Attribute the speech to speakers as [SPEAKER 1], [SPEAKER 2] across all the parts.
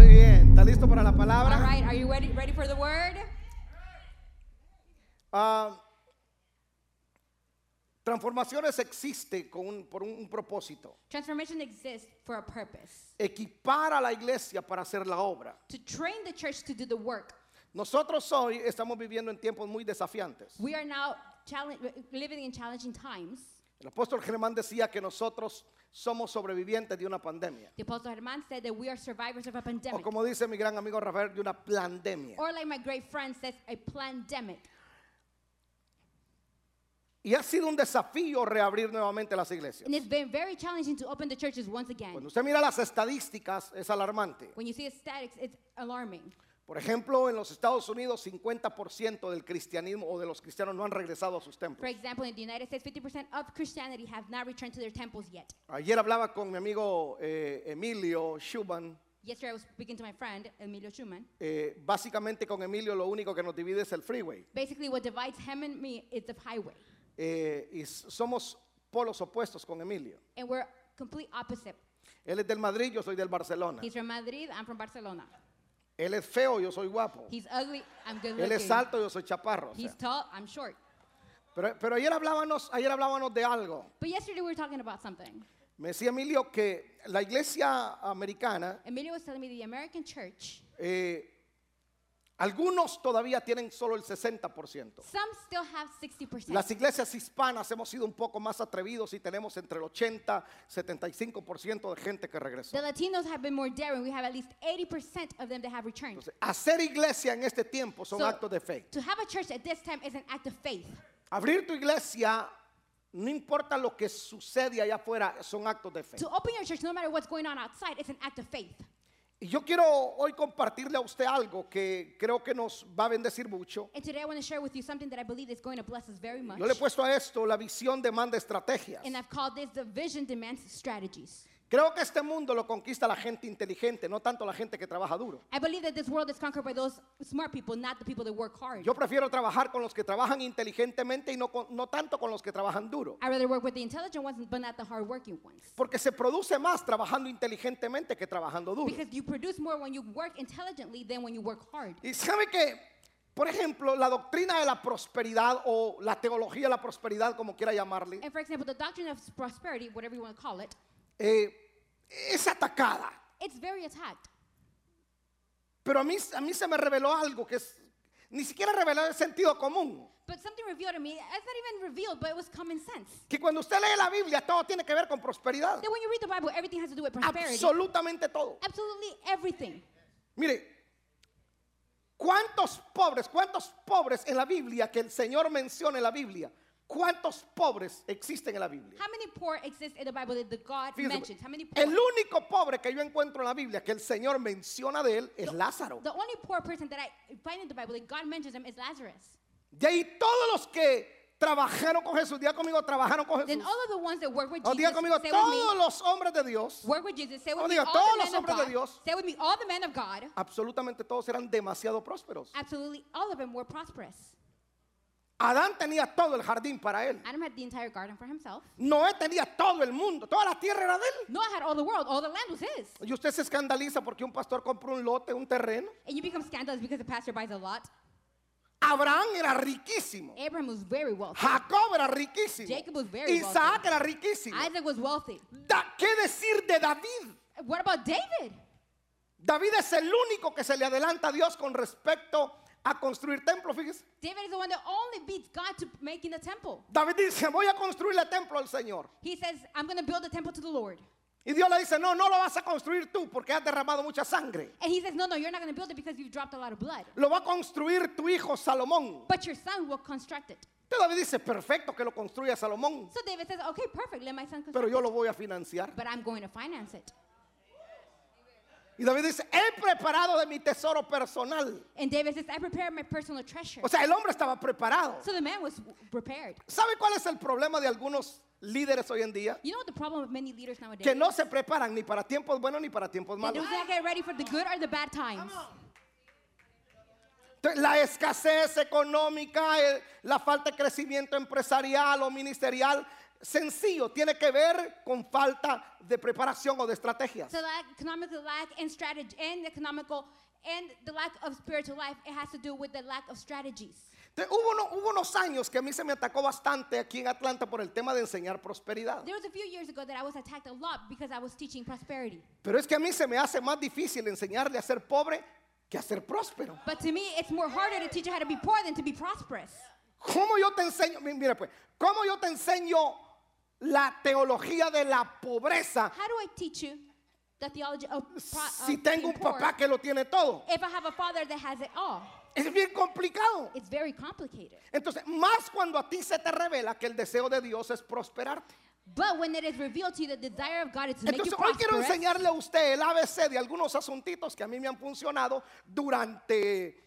[SPEAKER 1] ¿Está listo para la
[SPEAKER 2] All
[SPEAKER 1] palabra?
[SPEAKER 2] right, are you ready, ready for the word?
[SPEAKER 1] Ah, transformaciones existen con un- por un, un propósito.
[SPEAKER 2] Transformation exists for a purpose
[SPEAKER 1] Equipar a la iglesia para hacer la obra.
[SPEAKER 2] to train the church to do the work.
[SPEAKER 1] Nosotros hoy estamos viviendo en tiempos muy desafiantes.
[SPEAKER 2] We are now challenge, living in challenging times.
[SPEAKER 1] El apóstol Germán decía que nosotros somos sobrevivientes de una pandemia.
[SPEAKER 2] The Apostle Herman said that we are survivors of a
[SPEAKER 1] O
[SPEAKER 2] pandemic.
[SPEAKER 1] como dice mi gran amigo Rafael, de una pandemia.
[SPEAKER 2] Or, like my great friend says, a pandemic.
[SPEAKER 1] Y ha sido un desafío reabrir nuevamente las iglesias.
[SPEAKER 2] And it's been very challenging to open the churches once
[SPEAKER 1] Cuando
[SPEAKER 2] again.
[SPEAKER 1] usted mira las estadísticas, es alarmante.
[SPEAKER 2] When you see the statics, it's alarming.
[SPEAKER 1] Por ejemplo, en los Estados Unidos, 50% del cristianismo o de los cristianos no han regresado a sus
[SPEAKER 2] For
[SPEAKER 1] templos.
[SPEAKER 2] example, in the United States, 50% of Christianity have not returned to their temples yet.
[SPEAKER 1] Ayer hablaba con mi amigo eh, Emilio Schumann.
[SPEAKER 2] Yesterday, I was speaking to my friend, Emilio Schumann.
[SPEAKER 1] Eh, básicamente con Emilio lo único que nos divide es el freeway.
[SPEAKER 2] Basically, what divides him and me is the highway.
[SPEAKER 1] Eh, y s- somos polos opuestos con Emilio.
[SPEAKER 2] And we're complete opposite.
[SPEAKER 1] Él es del Madrid, yo soy del Barcelona.
[SPEAKER 2] He's from Madrid, I'm from Barcelona.
[SPEAKER 1] Él es feo, yo soy guapo.
[SPEAKER 2] He's ugly, I'm good
[SPEAKER 1] Él es
[SPEAKER 2] looking.
[SPEAKER 1] alto, yo soy chaparro. o sea.
[SPEAKER 2] He's tall, I'm short.
[SPEAKER 1] Pero, pero ayer, hablábamos, ayer hablábamos de algo.
[SPEAKER 2] But yesterday, we were talking about something.
[SPEAKER 1] Me decía Emilio que la iglesia americana,
[SPEAKER 2] Emilio was telling me the American church,
[SPEAKER 1] eh, algunos todavía tienen solo el 60%.
[SPEAKER 2] some still have 60%.
[SPEAKER 1] Las iglesias hispanas hemos sido un poco más atrevidos y tenemos entre el 80 75% de gente que regresó.
[SPEAKER 2] The Latinos have been more daring. We have at least 80% of them that have returned.
[SPEAKER 1] Entonces, hacer iglesia en este tiempo son
[SPEAKER 2] So-
[SPEAKER 1] actos de fe.
[SPEAKER 2] To have a church at this time is an act of faith.
[SPEAKER 1] Abrir tu iglesia, no importa lo que sucede allá afuera, son actos de fe.
[SPEAKER 2] To open your church, no matter what's going on outside, it's an act of faith.
[SPEAKER 1] Y yo quiero hoy compartirle a usted algo que creo que nos va a bendecir mucho.
[SPEAKER 2] And today I want to share with you something that I believe is going to bless us very much.
[SPEAKER 1] Yo le he puesto a esto, la visión demanda estrategias.
[SPEAKER 2] And I've called this the vision demands strategies.
[SPEAKER 1] Creo que este mundo lo conquista la gente inteligente, no tanto la gente que trabaja duro.
[SPEAKER 2] I believe that this world is conquered by those smart people, not the people that work hard.
[SPEAKER 1] Yo prefiero trabajar con los que trabajan inteligentemente y no, con- no tanto con los que trabajan duro.
[SPEAKER 2] I rather work with the intelligent ones, but not the hardworking ones.
[SPEAKER 1] Porque se produce más trabajando inteligentemente que trabajando duro.
[SPEAKER 2] Because you produce more when you work intelligently than when you work hard.
[SPEAKER 1] Y sabe que, por ejemplo, la doctrina de la prosperidad o la teología de la prosperidad, como quiera llamarle,
[SPEAKER 2] And for example, the doctrine of prosperity, whatever you want to call it,
[SPEAKER 1] eh, es atacada.
[SPEAKER 2] it's very attacked.
[SPEAKER 1] Pero a mí, a mí se me reveló algo que es, ni siquiera reveló el sentido común.
[SPEAKER 2] But something revealed to me, it's not even revealed, but it was common sense.
[SPEAKER 1] Que cuando usted lee la Biblia, todo tiene que ver con prosperidad.
[SPEAKER 2] That when you read the Bible, everything has to do with prosperity.
[SPEAKER 1] Absolutamente todo.
[SPEAKER 2] Absolutely everything.
[SPEAKER 1] Mire, ¿cuántos pobres, cuántos pobres en la Biblia que el Señor menciona en la Biblia? ¿Cuántos pobres existen en la Biblia?
[SPEAKER 2] How many poor exist in the Bible that the God
[SPEAKER 1] Fíjese,
[SPEAKER 2] mentions? How many poor?
[SPEAKER 1] el único pobre que yo encuentro en la Biblia que el Señor menciona de él es Lázaro.
[SPEAKER 2] The only poor person that I find in the Bible that God mentions him is Lazarus.
[SPEAKER 1] De ahí todos los que trabajaron con Jesús, diga conmigo, trabajaron con
[SPEAKER 2] Then
[SPEAKER 1] Jesús.
[SPEAKER 2] all of the ones that work with
[SPEAKER 1] O
[SPEAKER 2] Jesus,
[SPEAKER 1] diga
[SPEAKER 2] say
[SPEAKER 1] conmigo,
[SPEAKER 2] with
[SPEAKER 1] todos
[SPEAKER 2] me,
[SPEAKER 1] los hombres de Dios,
[SPEAKER 2] work with Jesus, say
[SPEAKER 1] O
[SPEAKER 2] with me,
[SPEAKER 1] diga,
[SPEAKER 2] all
[SPEAKER 1] todos
[SPEAKER 2] the
[SPEAKER 1] los
[SPEAKER 2] men of
[SPEAKER 1] hombres de
[SPEAKER 2] God,
[SPEAKER 1] Dios.
[SPEAKER 2] say with me, all the men of God,
[SPEAKER 1] absolutamente todos eran demasiado prósperos.
[SPEAKER 2] absolutely all of them were prosperous.
[SPEAKER 1] Adán tenía todo el jardín para él.
[SPEAKER 2] Adam had the entire garden for himself.
[SPEAKER 1] Noé tenía todo el mundo, toda la tierra era de él.
[SPEAKER 2] Noah had all the world, all the land was his.
[SPEAKER 1] Y usted se escandaliza porque un pastor compró un lote, un terreno.
[SPEAKER 2] And you become scandalous because the pastor buys a lot.
[SPEAKER 1] Abraham era riquísimo.
[SPEAKER 2] Abraham was very wealthy.
[SPEAKER 1] Jacob era riquísimo.
[SPEAKER 2] Jacob was very
[SPEAKER 1] Isaac era riquísimo.
[SPEAKER 2] Isaac was wealthy.
[SPEAKER 1] Da- ¿Qué decir de David?
[SPEAKER 2] What about David?
[SPEAKER 1] David es el único que se le adelanta a Dios con respecto a construir templo. Fíjese,
[SPEAKER 2] David is the one that only beats God to making the temple.
[SPEAKER 1] David dice: Voy a construir el templo al Señor.
[SPEAKER 2] He says, I'm going to build a temple to the Lord.
[SPEAKER 1] Y Dios le dice: No, no lo vas a construir tú porque has derramado mucha sangre.
[SPEAKER 2] And he says, No, no, you're not going to build it because you've dropped a lot of blood.
[SPEAKER 1] Lo va a construir tu hijo Salomón.
[SPEAKER 2] But your son will construct it.
[SPEAKER 1] Entonces David dice: Perfecto que lo construya Salomón,
[SPEAKER 2] So David says, Okay, perfect. Let my son construct
[SPEAKER 1] pero yo lo voy a financiar.
[SPEAKER 2] it. But I'm going to finance it.
[SPEAKER 1] Y David dice: He preparado de mi tesoro personal.
[SPEAKER 2] And David says, I prepared my personal treasure.
[SPEAKER 1] O sea, el hombre estaba preparado.
[SPEAKER 2] So the man was w- prepared.
[SPEAKER 1] ¿Sabe cuál es el problema de algunos líderes hoy en día?
[SPEAKER 2] You know what the problem with many leaders nowadays?
[SPEAKER 1] Que no se preparan ni para tiempos buenos ni para tiempos
[SPEAKER 2] They
[SPEAKER 1] malos.
[SPEAKER 2] do not get ready for the good or the bad times.
[SPEAKER 1] Entonces, La escasez económica, eh, la falta de crecimiento empresarial o ministerial sencillo tiene que ver con falta de preparación o de estrategias.
[SPEAKER 2] So that economical lack and strategy and economical and the lack of spiritual life, it has to do with the lack of strategies.
[SPEAKER 1] Te- hubo, uno- hubo unos años que a mí se me atacó bastante aquí en Atlanta por el tema de enseñar prosperidad.
[SPEAKER 2] There was a few years ago that I was attacked a lot because I was teaching prosperity.
[SPEAKER 1] Pero es que a mí se me hace más difícil enseñarle a ser pobre que a ser próspero.
[SPEAKER 2] But to me, it's more harder to teach you how to be poor than to be prosperous.
[SPEAKER 1] ¿Cómo yo te enseño? Mi- Mira pues, ¿cómo yo te enseño la teología de la pobreza
[SPEAKER 2] How do I teach you the theology of, pro-
[SPEAKER 1] si
[SPEAKER 2] of
[SPEAKER 1] tengo
[SPEAKER 2] being
[SPEAKER 1] un
[SPEAKER 2] poor
[SPEAKER 1] papá que lo tiene todo?
[SPEAKER 2] if I have a father that has it all?
[SPEAKER 1] Es bien complicado.
[SPEAKER 2] It's very complicated.
[SPEAKER 1] Entonces, más cuando a ti se te revela que el deseo de Dios es prosperarte.
[SPEAKER 2] But when it is revealed to you, the desire of God is to make you
[SPEAKER 1] Entonces, hoy quiero
[SPEAKER 2] prosperous.
[SPEAKER 1] enseñarle a usted el ABC de algunos asuntitos que a mí me han funcionado durante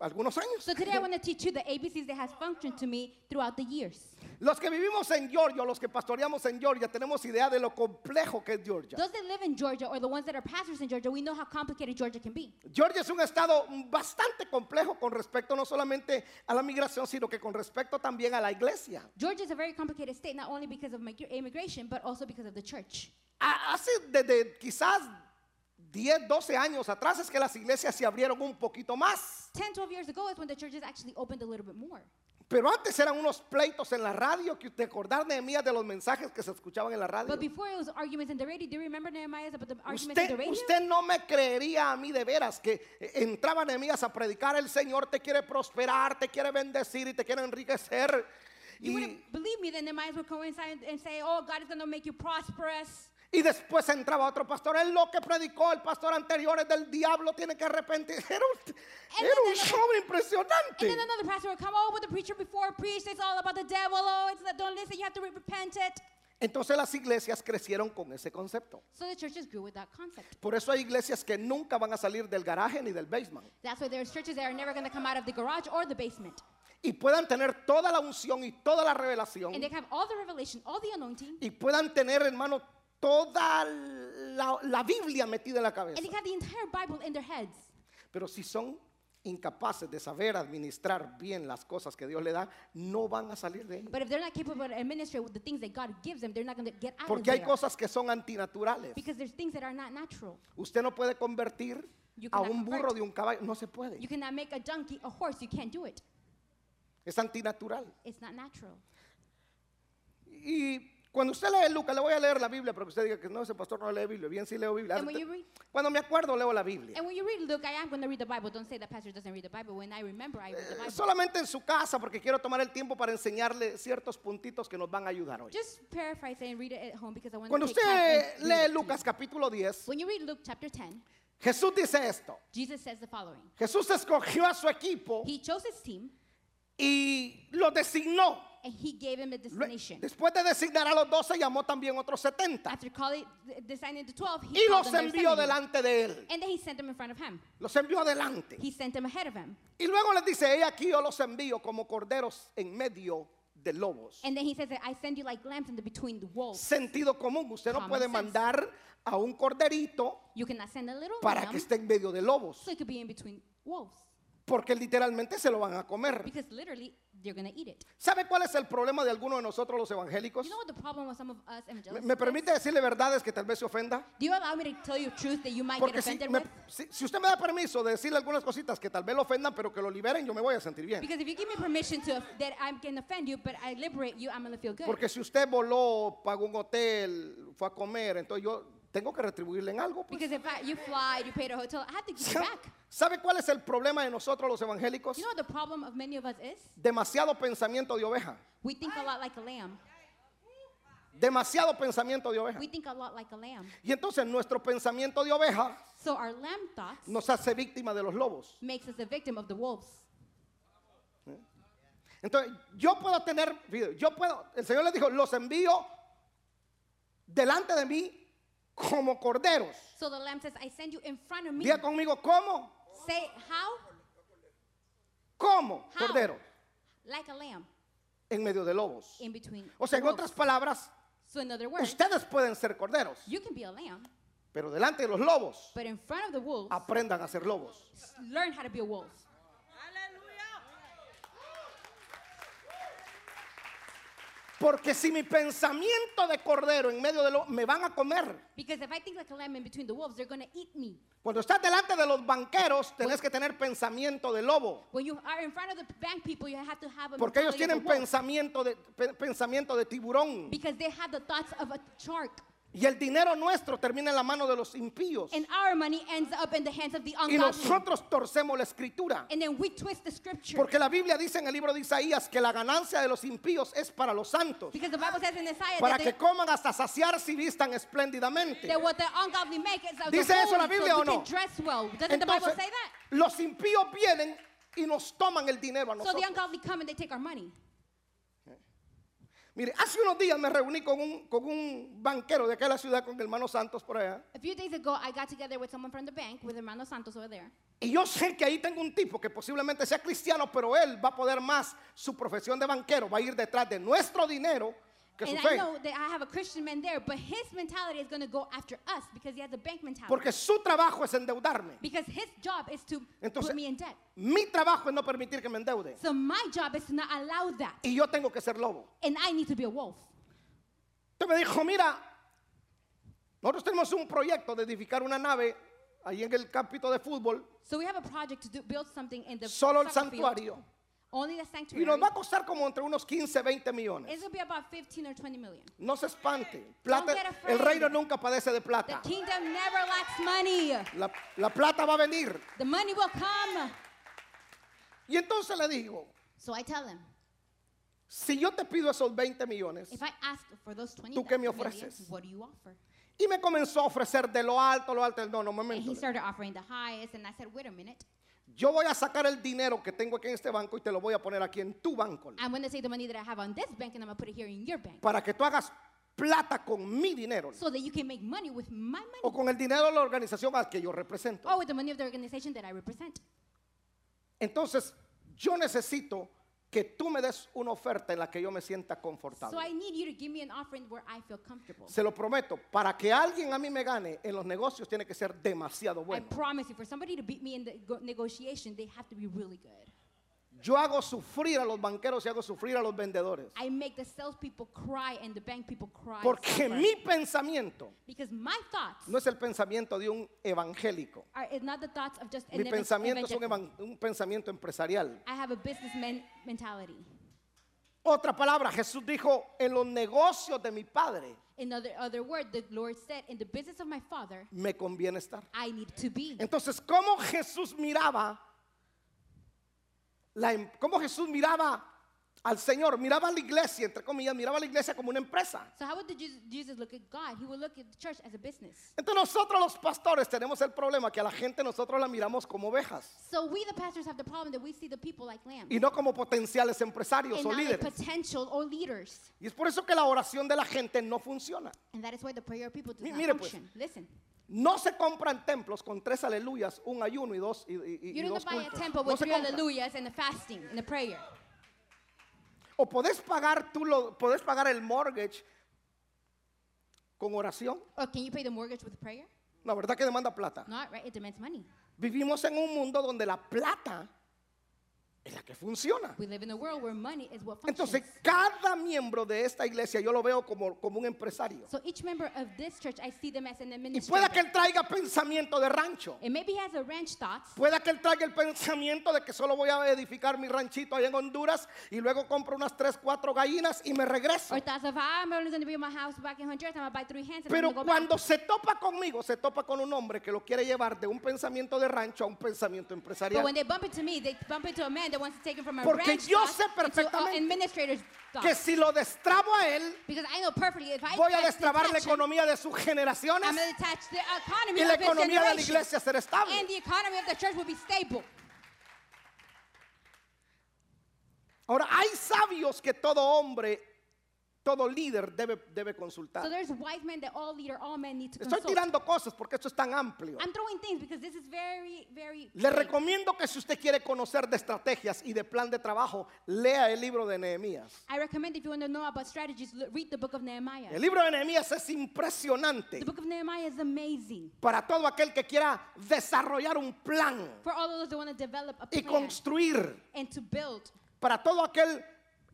[SPEAKER 1] algunos años.
[SPEAKER 2] So today I want to teach you the ABCs that has functioned to me throughout the years.
[SPEAKER 1] Los que vivimos en Georgia, los que pastoreamos en Georgia, tenemos idea de lo complejo que es Georgia.
[SPEAKER 2] Those that live in Georgia or the ones that are pastors in Georgia, we know how complicated Georgia can be.
[SPEAKER 1] Georgia es un estado bastante complejo con respecto no solamente a la migración, sino que con respecto también a la iglesia.
[SPEAKER 2] Georgia is a very complicated state, not only because of migra- immigration, but also because of the church.
[SPEAKER 1] A- Hace desde quizás 10, 12 años atrás es que las iglesias se abrieron un poquito más.
[SPEAKER 2] 10, 12 years ago is when the churches actually opened a little bit more.
[SPEAKER 1] Pero antes eran unos pleitos en la radio, que te acordás Nehemías de los mensajes que se escuchaban en la radio.
[SPEAKER 2] But before it was arguments in the radio. Do you remember Nehemiah's about the arguments in the
[SPEAKER 1] Usted,
[SPEAKER 2] radio?
[SPEAKER 1] usted no me creería a mí de veras que eh, entraba Nehemías a predicar, el Señor te quiere prosperar, te quiere bendecir y te quiere enriquecer.
[SPEAKER 2] you
[SPEAKER 1] Y,
[SPEAKER 2] wouldn't believe me that Nehemiah would coincide and say, oh, God is going to make you prosperous.
[SPEAKER 1] Y después entraba otro pastor. Él lo que predicó, el pastor anterior es del diablo, tiene que arrepentir. Era
[SPEAKER 2] Eh,
[SPEAKER 1] un, era un show
[SPEAKER 2] And then
[SPEAKER 1] impresionante.
[SPEAKER 2] another pastor would come, oh, what the preacher before preached, it's all about the devil. Oh, it's not, don't listen, you have to re- repent it.
[SPEAKER 1] Entonces las iglesias crecieron con ese concepto.
[SPEAKER 2] So the churches grew with that concept.
[SPEAKER 1] Por eso hay iglesias que nunca van a salir del garaje ni del basement.
[SPEAKER 2] That's why there's churches that are never going to come out of the garage or the basement.
[SPEAKER 1] Y puedan tener toda la unción y toda la revelación.
[SPEAKER 2] And they have all the revelation, all the anointing,
[SPEAKER 1] Y puedan tener, hermano, toda la, la Biblia metida en la cabeza.
[SPEAKER 2] and they have the entire Bible in their heads.
[SPEAKER 1] Pero si son incapaces de saber administrar bien las cosas que Dios le da, no van a salir de ahí.
[SPEAKER 2] But if they're not capable of administering with the things that God gives them, they're not going to get out of
[SPEAKER 1] Porque hay
[SPEAKER 2] there.
[SPEAKER 1] cosas que son antinaturales.
[SPEAKER 2] Because there's things that are not natural.
[SPEAKER 1] Usted no puede convertir
[SPEAKER 2] You
[SPEAKER 1] a
[SPEAKER 2] cannot
[SPEAKER 1] un burro
[SPEAKER 2] convert.
[SPEAKER 1] de un caballo. No se puede.
[SPEAKER 2] You cannot make a donkey a horse. You can't do it.
[SPEAKER 1] Es antinatural.
[SPEAKER 2] It's not natural.
[SPEAKER 1] Y cuando usted lee Lucas, le voy a leer la Biblia, pero que usted diga que no, ese pastor no lee Biblia. Bien, sí leo Biblia.
[SPEAKER 2] And when you read-
[SPEAKER 1] Cuando me acuerdo, leo la Biblia.
[SPEAKER 2] And when you read Luke, I am going to read the Bible. Don't say that pastor doesn't read the Bible. When I remember, I read the
[SPEAKER 1] Eh,
[SPEAKER 2] Bible.
[SPEAKER 1] Solamente en su casa, porque quiero tomar el tiempo para enseñarle ciertos puntitos que nos van a ayudar hoy.
[SPEAKER 2] Just paraphrase and read it at home because I want
[SPEAKER 1] Cuando
[SPEAKER 2] to take time and
[SPEAKER 1] usted
[SPEAKER 2] read it
[SPEAKER 1] lee
[SPEAKER 2] to you.
[SPEAKER 1] Lucas capítulo 10,
[SPEAKER 2] When you read Luke chapter 10,
[SPEAKER 1] Jesús dice esto.
[SPEAKER 2] Jesus says the following.
[SPEAKER 1] Jesús escogió a su equipo
[SPEAKER 2] He chose his team
[SPEAKER 1] y lo designó.
[SPEAKER 2] and he gave him a
[SPEAKER 1] Lue-
[SPEAKER 2] destination.
[SPEAKER 1] Después de designar a los 12, llamó también otros 70
[SPEAKER 2] After calling, designing the 12, he
[SPEAKER 1] y
[SPEAKER 2] called
[SPEAKER 1] los
[SPEAKER 2] them their
[SPEAKER 1] envió
[SPEAKER 2] 70.
[SPEAKER 1] delante de él.
[SPEAKER 2] And then he sent them in front of him.
[SPEAKER 1] Los envió adelante.
[SPEAKER 2] He sent them ahead of him.
[SPEAKER 1] Y luego les dice, he aquí yo los envío como corderos en medio de lobos.
[SPEAKER 2] And then he says that I send you like lambs in the between the wolves.
[SPEAKER 1] Sentido común, usted no
[SPEAKER 2] Common
[SPEAKER 1] puede
[SPEAKER 2] sense.
[SPEAKER 1] mandar a un corderito
[SPEAKER 2] You cannot send a little
[SPEAKER 1] para
[SPEAKER 2] lamb
[SPEAKER 1] que esté en medio de lobos,
[SPEAKER 2] so it could be in between wolves.
[SPEAKER 1] porque literalmente se lo van a comer.
[SPEAKER 2] Because literally, they're going to eat it.
[SPEAKER 1] ¿Sabe cuál es el problema de algunos de nosotros los evangélicos?
[SPEAKER 2] You know what the problem with some of us
[SPEAKER 1] ¿Me,
[SPEAKER 2] evangelists
[SPEAKER 1] me
[SPEAKER 2] is?
[SPEAKER 1] permite decirle verdades que tal vez se ofenda?
[SPEAKER 2] Do you allow me to tell you truth that you might get
[SPEAKER 1] Porque si,
[SPEAKER 2] offended
[SPEAKER 1] me-
[SPEAKER 2] with?
[SPEAKER 1] si- si usted me da permiso de decirle algunas cositas que tal vez lo ofendan, pero que lo liberen, yo me voy a sentir bien.
[SPEAKER 2] Because if you give me permission to off- that I can offend you, but I liberate you, I'm going to feel good.
[SPEAKER 1] Porque si usted voló, pagó un hotel, fue a comer, entonces yo tengo que retribuirle en algo. pues.
[SPEAKER 2] Because if I, you fly, you paid a hotel, I have to give you back.
[SPEAKER 1] ¿Sabe cuál es el problema de nosotros los evangélicos?
[SPEAKER 2] You know what the problem of many of us is?
[SPEAKER 1] Demasiado pensamiento de oveja.
[SPEAKER 2] We think a lot like a lamb.
[SPEAKER 1] Demasiado pensamiento de oveja.
[SPEAKER 2] We think a lot like a lamb.
[SPEAKER 1] Y entonces nuestro pensamiento de oveja
[SPEAKER 2] So our lamb thoughts
[SPEAKER 1] nos hace víctima de los lobos.
[SPEAKER 2] makes us a victim of the wolves.
[SPEAKER 1] Entonces yo puedo tener, yo puedo, el Señor les dijo, los envío delante de mí como corderos.
[SPEAKER 2] So the lamb says, I send you in front of me.
[SPEAKER 1] Diga conmigo, ¿cómo?
[SPEAKER 2] Say how?
[SPEAKER 1] ¿Cómo?
[SPEAKER 2] How?
[SPEAKER 1] Cordero.
[SPEAKER 2] Like a lamb
[SPEAKER 1] En medio de lobos.
[SPEAKER 2] in between.
[SPEAKER 1] O sea,
[SPEAKER 2] the
[SPEAKER 1] en
[SPEAKER 2] wolves.
[SPEAKER 1] otras palabras,
[SPEAKER 2] so in other words,
[SPEAKER 1] ustedes pueden ser corderos,
[SPEAKER 2] you can be a lamb,
[SPEAKER 1] pero delante de los lobos,
[SPEAKER 2] but in front of the wolves,
[SPEAKER 1] aprendan a ser lobos.
[SPEAKER 2] s- learn how to be a wolf.
[SPEAKER 1] Porque si mi pensamiento de cordero en medio de lo me van a comer.
[SPEAKER 2] Because if I think like a lamb in between the wolves, they're going to eat me.
[SPEAKER 1] Cuando estás delante de los banqueros, tenés que tener pensamiento de lobo.
[SPEAKER 2] When you are in front of the bank people, you have to have a
[SPEAKER 1] Porque ellos
[SPEAKER 2] mentality of
[SPEAKER 1] tienen
[SPEAKER 2] a wolf.
[SPEAKER 1] pensamiento de, pe- pensamiento de tiburón.
[SPEAKER 2] Because they have the thoughts of a shark.
[SPEAKER 1] Y el dinero nuestro termina en la mano de los impíos.
[SPEAKER 2] And our money ends up in the hands of the
[SPEAKER 1] Y
[SPEAKER 2] ungodly.
[SPEAKER 1] nosotros torcemos la escritura.
[SPEAKER 2] And then we twist the scripture.
[SPEAKER 1] Porque la Biblia dice en el libro de Isaías que la ganancia de los impíos es para los santos.
[SPEAKER 2] because the Bible says in Isaiah
[SPEAKER 1] Para
[SPEAKER 2] that,
[SPEAKER 1] que
[SPEAKER 2] they-
[SPEAKER 1] coman hasta saciarse y vistan espléndidamente.
[SPEAKER 2] that what the ungodly make is of the
[SPEAKER 1] ¿Dice eso la
[SPEAKER 2] holy,
[SPEAKER 1] Biblia
[SPEAKER 2] so
[SPEAKER 1] o
[SPEAKER 2] we
[SPEAKER 1] no?
[SPEAKER 2] can dress well. Doesn't the Bible
[SPEAKER 1] Entonces,
[SPEAKER 2] say that?
[SPEAKER 1] los impíos vienen y nos toman el dinero a
[SPEAKER 2] So the
[SPEAKER 1] nosotros.
[SPEAKER 2] ungodly come and they take our money.
[SPEAKER 1] Mire, hace unos días me reuní con un, con un banquero de acá de la ciudad, con el hermano Santos por allá.
[SPEAKER 2] A few days ago, I got together with someone from the bank, with Hermano Santos over there.
[SPEAKER 1] Y yo sé que ahí tengo un tipo que posiblemente sea cristiano, pero él va a poder más su profesión de banquero, va a ir detrás de nuestro dinero que su
[SPEAKER 2] And I
[SPEAKER 1] fe.
[SPEAKER 2] know that I have a Christian man there, but his mentality is going to go after us because he has a bank mentality.
[SPEAKER 1] Porque su trabajo es endeudarme.
[SPEAKER 2] because his job is to
[SPEAKER 1] Entonces-
[SPEAKER 2] put me in debt.
[SPEAKER 1] Mi trabajo es no permitir que me endeude.
[SPEAKER 2] So my job is to not allow that.
[SPEAKER 1] Y yo tengo que ser lobo.
[SPEAKER 2] And I need to be a wolf.
[SPEAKER 1] Entonces me dijo, mira, nosotros tenemos un proyecto de edificar una nave ahí en el campito de fútbol,
[SPEAKER 2] So we have a project to do, build something in the
[SPEAKER 1] solo el
[SPEAKER 2] soccer field,
[SPEAKER 1] santuario.
[SPEAKER 2] only the
[SPEAKER 1] Y
[SPEAKER 2] sanctuary.
[SPEAKER 1] nos va a costar como entre unos 15, 20 millones.
[SPEAKER 2] It's going to be about 15 or 20 million.
[SPEAKER 1] No se espante. Plata-
[SPEAKER 2] Don't get afraid.
[SPEAKER 1] el reino nunca padece de
[SPEAKER 2] The
[SPEAKER 1] plata.
[SPEAKER 2] kingdom never lacks money.
[SPEAKER 1] La, la plata va a venir.
[SPEAKER 2] The money will come.
[SPEAKER 1] Y entonces le digo,
[SPEAKER 2] So I tell him,
[SPEAKER 1] si yo te pido esos 20 millones,
[SPEAKER 2] if I ask for those 20
[SPEAKER 1] ¿Tú qué me
[SPEAKER 2] million,
[SPEAKER 1] ofreces?
[SPEAKER 2] what do you offer?
[SPEAKER 1] y me comenzó a ofrecer de lo alto, lo alto, no, no,
[SPEAKER 2] And
[SPEAKER 1] momento.
[SPEAKER 2] he started offering the highest, and I said, wait a minute.
[SPEAKER 1] Yo voy a sacar el dinero que tengo aquí en este banco y te lo voy a poner aquí en tu banco.
[SPEAKER 2] I'm going to take the money that I have on this bank and I'm going to put it here in your bank
[SPEAKER 1] Para que tú hagas plata con mi dinero.
[SPEAKER 2] so that you can make money with my money
[SPEAKER 1] O con el dinero de la organización a la que yo represento.
[SPEAKER 2] or with the money of the organization that I represent.
[SPEAKER 1] Entonces, yo necesito que tú me des una oferta en la que yo me sienta
[SPEAKER 2] So I
[SPEAKER 1] confortable.
[SPEAKER 2] need you to give me an offering where I feel comfortable.
[SPEAKER 1] Se lo prometo, para que alguien a mí me gane en los negocios tiene que ser demasiado
[SPEAKER 2] I
[SPEAKER 1] bueno.
[SPEAKER 2] promise you, for somebody to beat me in the go- negotiation, they have to be really good.
[SPEAKER 1] Yo hago sufrir a los banqueros y hago sufrir a los vendedores.
[SPEAKER 2] I make the salespeople cry and the bank people cry.
[SPEAKER 1] Porque
[SPEAKER 2] sometimes.
[SPEAKER 1] mi pensamiento
[SPEAKER 2] because my thoughts
[SPEAKER 1] no es el pensamiento de un evangélico.
[SPEAKER 2] are is not the thoughts of just an
[SPEAKER 1] Mi
[SPEAKER 2] evan-
[SPEAKER 1] pensamiento es un,
[SPEAKER 2] evangel-
[SPEAKER 1] evan- un pensamiento empresarial.
[SPEAKER 2] I have a businessman mentality.
[SPEAKER 1] Otra palabra, Jesús dijo, en los negocios de mi padre
[SPEAKER 2] In other, other word, the Lord said, in the business of my father,
[SPEAKER 1] me conviene estar.
[SPEAKER 2] I need to be.
[SPEAKER 1] Entonces, ¿cómo Jesús miraba? La, em- ¿Cómo Jesús miraba al Señor? Miraba a la iglesia, entre comillas, miraba a la iglesia como una empresa.
[SPEAKER 2] So how would the Jesus, Jesus look at God? He would look at the church as a business.
[SPEAKER 1] Entonces nosotros los pastores tenemos el problema que a la gente nosotros la miramos como ovejas
[SPEAKER 2] So we, the pastors, have the problem that we see the people like lambs
[SPEAKER 1] y no como potenciales empresarios
[SPEAKER 2] and
[SPEAKER 1] o
[SPEAKER 2] not
[SPEAKER 1] líderes.
[SPEAKER 2] like potential or leaders.
[SPEAKER 1] Y es por eso que la oración de la gente no funciona.
[SPEAKER 2] And that is why the prayer of people does
[SPEAKER 1] Mi-
[SPEAKER 2] not
[SPEAKER 1] mire, pues.
[SPEAKER 2] function. Listen,
[SPEAKER 1] No se compran templos con tres aleluyas, un ayuno y dos y, y- y- y
[SPEAKER 2] you don't
[SPEAKER 1] dos
[SPEAKER 2] buy a
[SPEAKER 1] cultos.
[SPEAKER 2] temple
[SPEAKER 1] No
[SPEAKER 2] with
[SPEAKER 1] se
[SPEAKER 2] three
[SPEAKER 1] compra.
[SPEAKER 2] hallelujahs and a fasting and a prayer.
[SPEAKER 1] O podés pagar tú lo, podés pagar el mortgage con oración.
[SPEAKER 2] Or Oh, can you pay the mortgage with prayer?
[SPEAKER 1] La verdad que demanda plata.
[SPEAKER 2] Not right. It demands money.
[SPEAKER 1] Vivimos en un mundo donde la plata es la que funciona.
[SPEAKER 2] We live in a world where money is what functions.
[SPEAKER 1] Entonces, cada miembro de esta iglesia yo lo veo como, como un empresario.
[SPEAKER 2] so each member of this church, I see them as an
[SPEAKER 1] Y pueda que
[SPEAKER 2] administrator.
[SPEAKER 1] él traiga pensamiento de rancho.
[SPEAKER 2] And maybe he has a ranch thoughts.
[SPEAKER 1] Pueda que él traiga el pensamiento de que solo voy a edificar mi ranchito allá en Honduras y luego compro unas 3, 4 gallinas y me regreso.
[SPEAKER 2] Or thoughts of, "Ah, I'm only going to be in my house back in Honduras. I'm going to buy three hands and I'm
[SPEAKER 1] Pero
[SPEAKER 2] going to go back.
[SPEAKER 1] cuando se topa conmigo, se topa con un hombre que lo quiere llevar de un pensamiento de rancho a un pensamiento
[SPEAKER 2] But when
[SPEAKER 1] empresarial.
[SPEAKER 2] they bump into me, they bump into a man that wants to take him from a
[SPEAKER 1] Porque
[SPEAKER 2] ranch
[SPEAKER 1] yo
[SPEAKER 2] thoughts
[SPEAKER 1] sé
[SPEAKER 2] into
[SPEAKER 1] perfectamente
[SPEAKER 2] an administrator's
[SPEAKER 1] Que
[SPEAKER 2] thoughts.
[SPEAKER 1] si lo destrabo a él,
[SPEAKER 2] Because I know perfectly if I
[SPEAKER 1] voy a
[SPEAKER 2] detach-
[SPEAKER 1] destrabar la
[SPEAKER 2] detach him,
[SPEAKER 1] economía de sus
[SPEAKER 2] I'm
[SPEAKER 1] generaciones
[SPEAKER 2] going to detach the economy
[SPEAKER 1] y la
[SPEAKER 2] of his
[SPEAKER 1] economía de la
[SPEAKER 2] generation.
[SPEAKER 1] iglesia será
[SPEAKER 2] and
[SPEAKER 1] estable.
[SPEAKER 2] the economy of the church will be stable.
[SPEAKER 1] Ahora, hay sabios que todo hombre, todo líder debe, debe
[SPEAKER 2] So
[SPEAKER 1] consultar.
[SPEAKER 2] there's wise men that all leader, all men need to
[SPEAKER 1] Uh. Estoy
[SPEAKER 2] consult.
[SPEAKER 1] tirando cosas porque esto es tan amplio.
[SPEAKER 2] I'm throwing things because this is very, very.
[SPEAKER 1] Le
[SPEAKER 2] big.
[SPEAKER 1] recomiendo que si usted quiere conocer de estrategias y de plan de trabajo, lea el libro de Nehemías.
[SPEAKER 2] I recommend if you want to know about strategies, l- read the book of Nehemiah.
[SPEAKER 1] El libro de Nehemías es impresionante
[SPEAKER 2] The book of Nehemiah is amazing
[SPEAKER 1] para todo aquel que quiera desarrollar un plan
[SPEAKER 2] for all of those that want to develop a
[SPEAKER 1] y
[SPEAKER 2] plan
[SPEAKER 1] construir,
[SPEAKER 2] and to build.
[SPEAKER 1] para todo aquel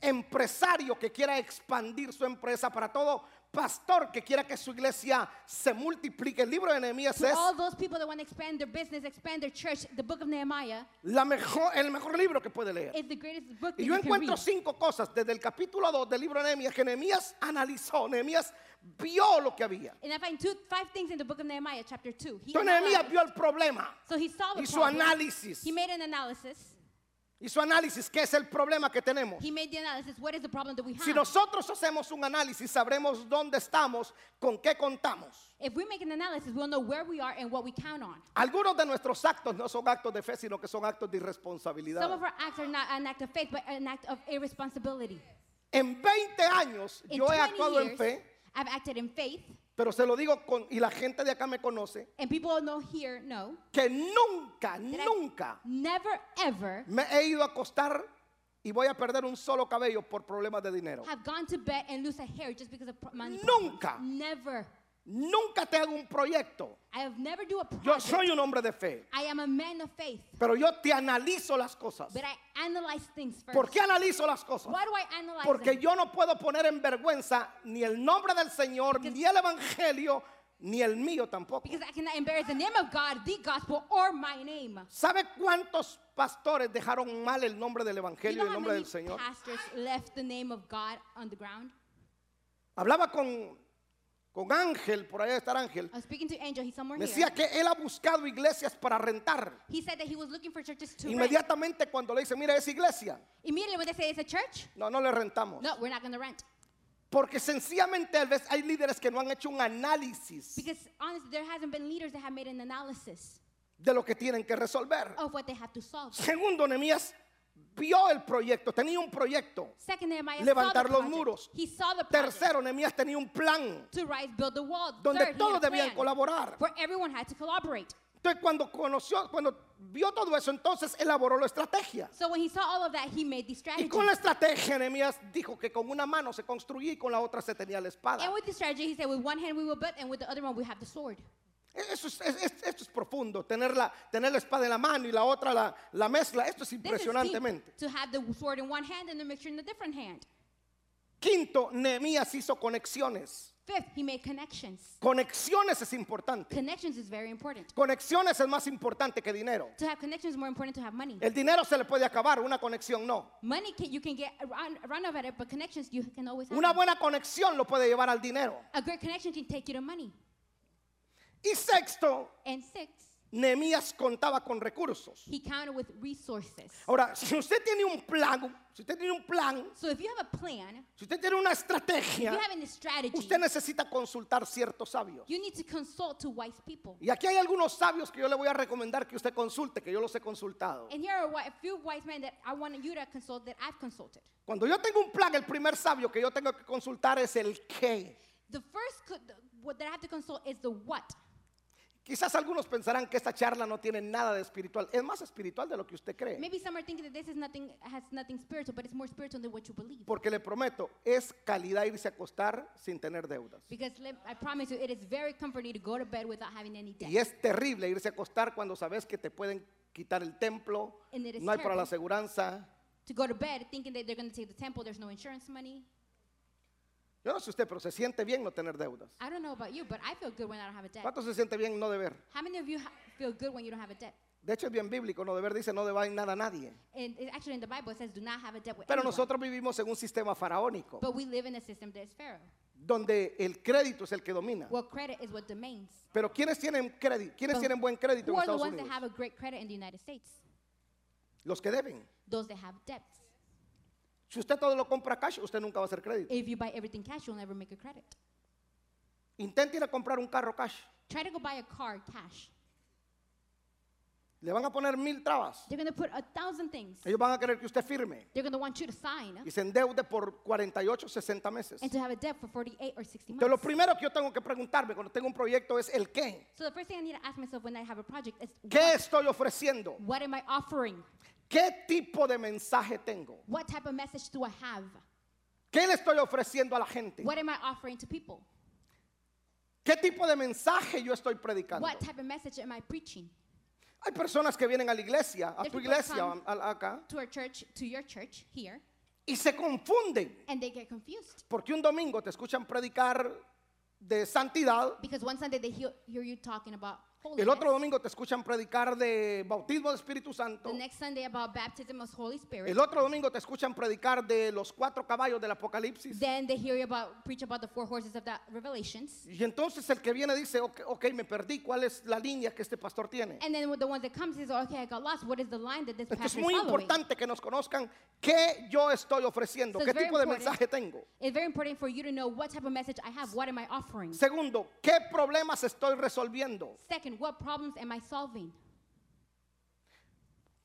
[SPEAKER 1] empresario que quiera expandir su empresa, para todo pastor que quiera que su iglesia se multiplique. El libro de Nehemías
[SPEAKER 2] To
[SPEAKER 1] es
[SPEAKER 2] all those people that want to expand their business, expand their church, the book of Nehemiah
[SPEAKER 1] la mejor, el mejor libro que puede leer.
[SPEAKER 2] is the greatest book that
[SPEAKER 1] Y yo
[SPEAKER 2] you can read.
[SPEAKER 1] encuentro cinco cosas desde el capítulo 2 del libro de Nehemías que Nehemías analizó, Nehemías vio lo que había.
[SPEAKER 2] And I find two, five things in the book of Nehemiah, chapter 2. He
[SPEAKER 1] Entonces Nehemías
[SPEAKER 2] analyzed.
[SPEAKER 1] vio el problema
[SPEAKER 2] so he saw the
[SPEAKER 1] y su
[SPEAKER 2] problem.
[SPEAKER 1] análisis.
[SPEAKER 2] He made an analysis.
[SPEAKER 1] Y su análisis, ¿qué es el problema que tenemos?
[SPEAKER 2] He made the analysis. What is the problem that we have?
[SPEAKER 1] Si nosotros hacemos un análisis, sabremos dónde estamos, con qué contamos.
[SPEAKER 2] if we make an analysis, we'll know where we are and what we count on.
[SPEAKER 1] Algunos de nuestros actos no son actos de fe, sino que son actos de
[SPEAKER 2] Some of
[SPEAKER 1] irresponsabilidad.
[SPEAKER 2] our acts are not an act of faith, but an act of irresponsibility.
[SPEAKER 1] En 20 años
[SPEAKER 2] In
[SPEAKER 1] yo he
[SPEAKER 2] 20
[SPEAKER 1] actuado en
[SPEAKER 2] years,
[SPEAKER 1] fe,
[SPEAKER 2] I've acted in faith,
[SPEAKER 1] pero se lo digo con, y la gente de acá me conoce,
[SPEAKER 2] and people know here know
[SPEAKER 1] que nunca,
[SPEAKER 2] that I
[SPEAKER 1] nunca
[SPEAKER 2] never ever
[SPEAKER 1] me he ido a acostar y voy a perder un solo cabello por problemas de dinero.
[SPEAKER 2] have gone to bed and lose a hair just because of pro- money. problems.
[SPEAKER 1] Nunca.
[SPEAKER 2] Never.
[SPEAKER 1] Nunca te hago un proyecto.
[SPEAKER 2] I have never do a
[SPEAKER 1] Yo
[SPEAKER 2] project.
[SPEAKER 1] soy un hombre de fe,
[SPEAKER 2] I am a man of faith,
[SPEAKER 1] pero yo te analizo las cosas.
[SPEAKER 2] but I analyze things first.
[SPEAKER 1] ¿Por qué analizo las cosas?
[SPEAKER 2] Why do I analyze
[SPEAKER 1] Porque
[SPEAKER 2] them?
[SPEAKER 1] yo no puedo poner en vergüenza ni el nombre del Señor, ni el Evangelio, ni el mío tampoco.
[SPEAKER 2] Because I cannot embarrass the name of God, the gospel, or my name.
[SPEAKER 1] ¿Sabe cuántos pastores dejaron mal el nombre del
[SPEAKER 2] You
[SPEAKER 1] Evangelio
[SPEAKER 2] know
[SPEAKER 1] y el
[SPEAKER 2] how
[SPEAKER 1] nombre
[SPEAKER 2] many
[SPEAKER 1] del Señor?
[SPEAKER 2] pastors left the name of God on the ground?
[SPEAKER 1] Hablaba con, con Ángel, por allá está Ángel.
[SPEAKER 2] I was speaking to Angel, he's somewhere here.
[SPEAKER 1] Decía que él ha buscado iglesias para rentar.
[SPEAKER 2] He said that he was looking for churches to rent.
[SPEAKER 1] Inmediatamente cuando le dicen, mira, esa iglesia,
[SPEAKER 2] Immediately when they say it's a church,
[SPEAKER 1] no, no le rentamos.
[SPEAKER 2] no, we're not going to rent.
[SPEAKER 1] Porque sencillamente a veces hay líderes que no han hecho un análisis
[SPEAKER 2] Because honestly, there hasn't been leaders that have made an analysis
[SPEAKER 1] de lo que tienen que resolver.
[SPEAKER 2] of what they have to solve.
[SPEAKER 1] Segundo, Nehemías vio el proyecto, tenía un proyecto.
[SPEAKER 2] Second, Nehemiah saw
[SPEAKER 1] Levantar
[SPEAKER 2] the
[SPEAKER 1] los
[SPEAKER 2] project.
[SPEAKER 1] muros.
[SPEAKER 2] He saw the project.
[SPEAKER 1] Tercero, Nehemías tenía un plan
[SPEAKER 2] to rise, build the wall.
[SPEAKER 1] donde
[SPEAKER 2] Third, he had
[SPEAKER 1] todos
[SPEAKER 2] a plan
[SPEAKER 1] debían colaborar.
[SPEAKER 2] Where everyone had to collaborate.
[SPEAKER 1] Entonces, cuando conoció, cuando vio todo eso, entonces elaboró la estrategia.
[SPEAKER 2] So when he saw all of that, he made the strategy.
[SPEAKER 1] Y con la estrategia, Nehemías dijo que con una mano se construía y con la otra se tenía la espada.
[SPEAKER 2] And with the strategy, he said, with one hand we will build, and with the other one we have the sword.
[SPEAKER 1] E-, Eso es, es- es- esto es profundo, tener la, tener la espada en la mano y la otra la, la mezcla. Esto es
[SPEAKER 2] This is deep,
[SPEAKER 1] impresionantemente.
[SPEAKER 2] to have the sword in one hand and the mixture in the different hand.
[SPEAKER 1] Quinto, Nehemías hizo conexiones.
[SPEAKER 2] Fifth, he made connections.
[SPEAKER 1] Conexiones es importante.
[SPEAKER 2] Connections is very important.
[SPEAKER 1] Conexiones es más importante que dinero.
[SPEAKER 2] To have connections is more important to have money.
[SPEAKER 1] El dinero se le puede acabar, una conexión no.
[SPEAKER 2] Money can, you can get run, run over it, but connections you can always have.
[SPEAKER 1] Una
[SPEAKER 2] them.
[SPEAKER 1] buena conexión lo puede llevar al dinero.
[SPEAKER 2] a great connection can take you to money.
[SPEAKER 1] Y sexto,
[SPEAKER 2] And six,
[SPEAKER 1] Nehemías contaba con recursos.
[SPEAKER 2] he counted with resources.
[SPEAKER 1] Ahora, si usted tiene un plan, si usted tiene un plan,
[SPEAKER 2] So if you have a plan,
[SPEAKER 1] si usted tiene una
[SPEAKER 2] if
[SPEAKER 1] estrategia,
[SPEAKER 2] you have a strategy,
[SPEAKER 1] usted necesita consultar ciertos sabios.
[SPEAKER 2] you need to consult to wise people.
[SPEAKER 1] Y aquí hay algunos sabios que yo le voy a recomendar que usted consulte, que yo los he consultado.
[SPEAKER 2] And here are wi- a few wise men that I want you to consult that I've consulted.
[SPEAKER 1] Cuando yo tengo un plan, el primer sabio que yo tengo que consultar es el qué.
[SPEAKER 2] The first co- the- what that I have to consult is the what.
[SPEAKER 1] Quizás algunos pensarán que esta charla no tiene nada de espiritual. Es más espiritual de lo que usted cree.
[SPEAKER 2] Maybe some are thinking that this is nothing has nothing spiritual, but it's more spiritual than what you believe.
[SPEAKER 1] Porque le prometo, es calidad irse a acostar sin tener deudas.
[SPEAKER 2] Because let, I promise you, it is very comforting to go to bed without having any debt.
[SPEAKER 1] Y es terrible irse a acostar cuando sabes que te pueden quitar el templo,
[SPEAKER 2] And it is
[SPEAKER 1] no hay para la
[SPEAKER 2] terrible.
[SPEAKER 1] aseguranza.
[SPEAKER 2] To go to bed thinking that they're going to take the temple, there's no insurance money.
[SPEAKER 1] Yo no sé usted, pero se siente bien no tener deudas.
[SPEAKER 2] I don't know about you, but I feel good when I don't have a debt.
[SPEAKER 1] ¿Cuánto se siente bien no deber?
[SPEAKER 2] How many of you ha- feel good when you don't have a debt?
[SPEAKER 1] De hecho es bien bíblico, no deber dice no deba en nada a nadie.
[SPEAKER 2] And it, actually, in the Bible, it says, "Do not have a debt with
[SPEAKER 1] Pero
[SPEAKER 2] anyone."
[SPEAKER 1] nosotros vivimos en un sistema faraónico,
[SPEAKER 2] But we live in a system that is Pharaoh,
[SPEAKER 1] donde el crédito es el que domina.
[SPEAKER 2] where credit is what domains.
[SPEAKER 1] Pero ¿quiénes tienen crédito? ¿Quiénes
[SPEAKER 2] But
[SPEAKER 1] tienen buen crédito
[SPEAKER 2] Who
[SPEAKER 1] en
[SPEAKER 2] are the
[SPEAKER 1] Estados
[SPEAKER 2] ones that
[SPEAKER 1] Unidos?
[SPEAKER 2] have a great credit in the United States?
[SPEAKER 1] Los que deben.
[SPEAKER 2] Those that have debts.
[SPEAKER 1] Si usted todo lo compra cash, usted nunca va a hacer crédito.
[SPEAKER 2] If you buy everything cash, you'll never make a credit.
[SPEAKER 1] Intente ir a comprar un carro cash.
[SPEAKER 2] Try to go buy a car cash.
[SPEAKER 1] Le van a poner mil trabas.
[SPEAKER 2] They're gonna put a thousand things.
[SPEAKER 1] Ellos van a querer que usted firme
[SPEAKER 2] They're gonna want you to sign
[SPEAKER 1] y se endeude por 48, 60 meses.
[SPEAKER 2] and to have a debt for 48 or 60
[SPEAKER 1] Entonces, lo
[SPEAKER 2] months.
[SPEAKER 1] primero que yo tengo que preguntarme cuando tengo un proyecto es el qué.
[SPEAKER 2] So the first thing I need to ask myself when I have a project is,
[SPEAKER 1] ¿Qué estoy ofreciendo?
[SPEAKER 2] what am I offering?
[SPEAKER 1] ¿Qué tipo de mensaje tengo?
[SPEAKER 2] What type of message do I have?
[SPEAKER 1] ¿Qué le estoy ofreciendo a la gente?
[SPEAKER 2] What am I offering to people?
[SPEAKER 1] ¿Qué tipo de mensaje yo estoy predicando?
[SPEAKER 2] What type of message am I preaching
[SPEAKER 1] Hay personas que vienen a la iglesia, a
[SPEAKER 2] There
[SPEAKER 1] tu
[SPEAKER 2] people
[SPEAKER 1] iglesia,
[SPEAKER 2] come-
[SPEAKER 1] a- a- acá,
[SPEAKER 2] to our church, to your church here?
[SPEAKER 1] y y se confunden.
[SPEAKER 2] and they get confused
[SPEAKER 1] Porque un domingo te escuchan predicar de santidad,
[SPEAKER 2] because one Sunday they hear, hear you talking about holiness,
[SPEAKER 1] el otro domingo te escuchan predicar de bautismo del Espíritu Santo,
[SPEAKER 2] the next Sunday about baptism of Holy Spirit,
[SPEAKER 1] el otro domingo te escuchan predicar de los cuatro caballos del Apocalipsis.
[SPEAKER 2] then they hear you about preach about the four horses of that Revelations,
[SPEAKER 1] Y entonces el que viene dice, ok, ok, me perdí, ¿cuál es la línea que este pastor tiene?
[SPEAKER 2] and then with the ones that comes says, okay, I got lost. What is the line that this
[SPEAKER 1] Esto es
[SPEAKER 2] pastor is
[SPEAKER 1] muy
[SPEAKER 2] following?
[SPEAKER 1] importante que nos conozcan qué yo estoy ofreciendo,
[SPEAKER 2] So it's
[SPEAKER 1] qué
[SPEAKER 2] very
[SPEAKER 1] tipo de
[SPEAKER 2] important.
[SPEAKER 1] mensaje tengo.
[SPEAKER 2] It's very important for you to know what type of message I have. What am I offering?
[SPEAKER 1] Segundo, qué problemas estoy resolviendo.
[SPEAKER 2] Second, what problems am I solving?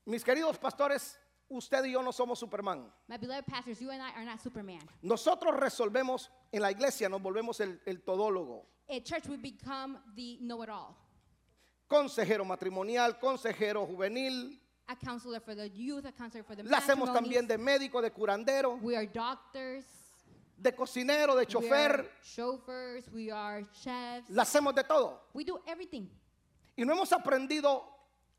[SPEAKER 1] Mis queridos pastores, usted y yo no somos Superman.
[SPEAKER 2] My beloved pastors, you and I are not Superman.
[SPEAKER 1] Nosotros resolvemos en la iglesia, nos volvemos el, el todólogo,
[SPEAKER 2] At church, we become the know it all,
[SPEAKER 1] consejero matrimonial, consejero juvenil.
[SPEAKER 2] a counselor for the youth, a counselor for the
[SPEAKER 1] La hacemos también
[SPEAKER 2] matrimonies.
[SPEAKER 1] de médico, de curandero,
[SPEAKER 2] We are doctors,
[SPEAKER 1] de cocinero, de
[SPEAKER 2] we are
[SPEAKER 1] chofer.
[SPEAKER 2] chauffeurs, we are chefs.
[SPEAKER 1] La hacemos de todo.
[SPEAKER 2] We do everything.
[SPEAKER 1] Y no hemos aprendido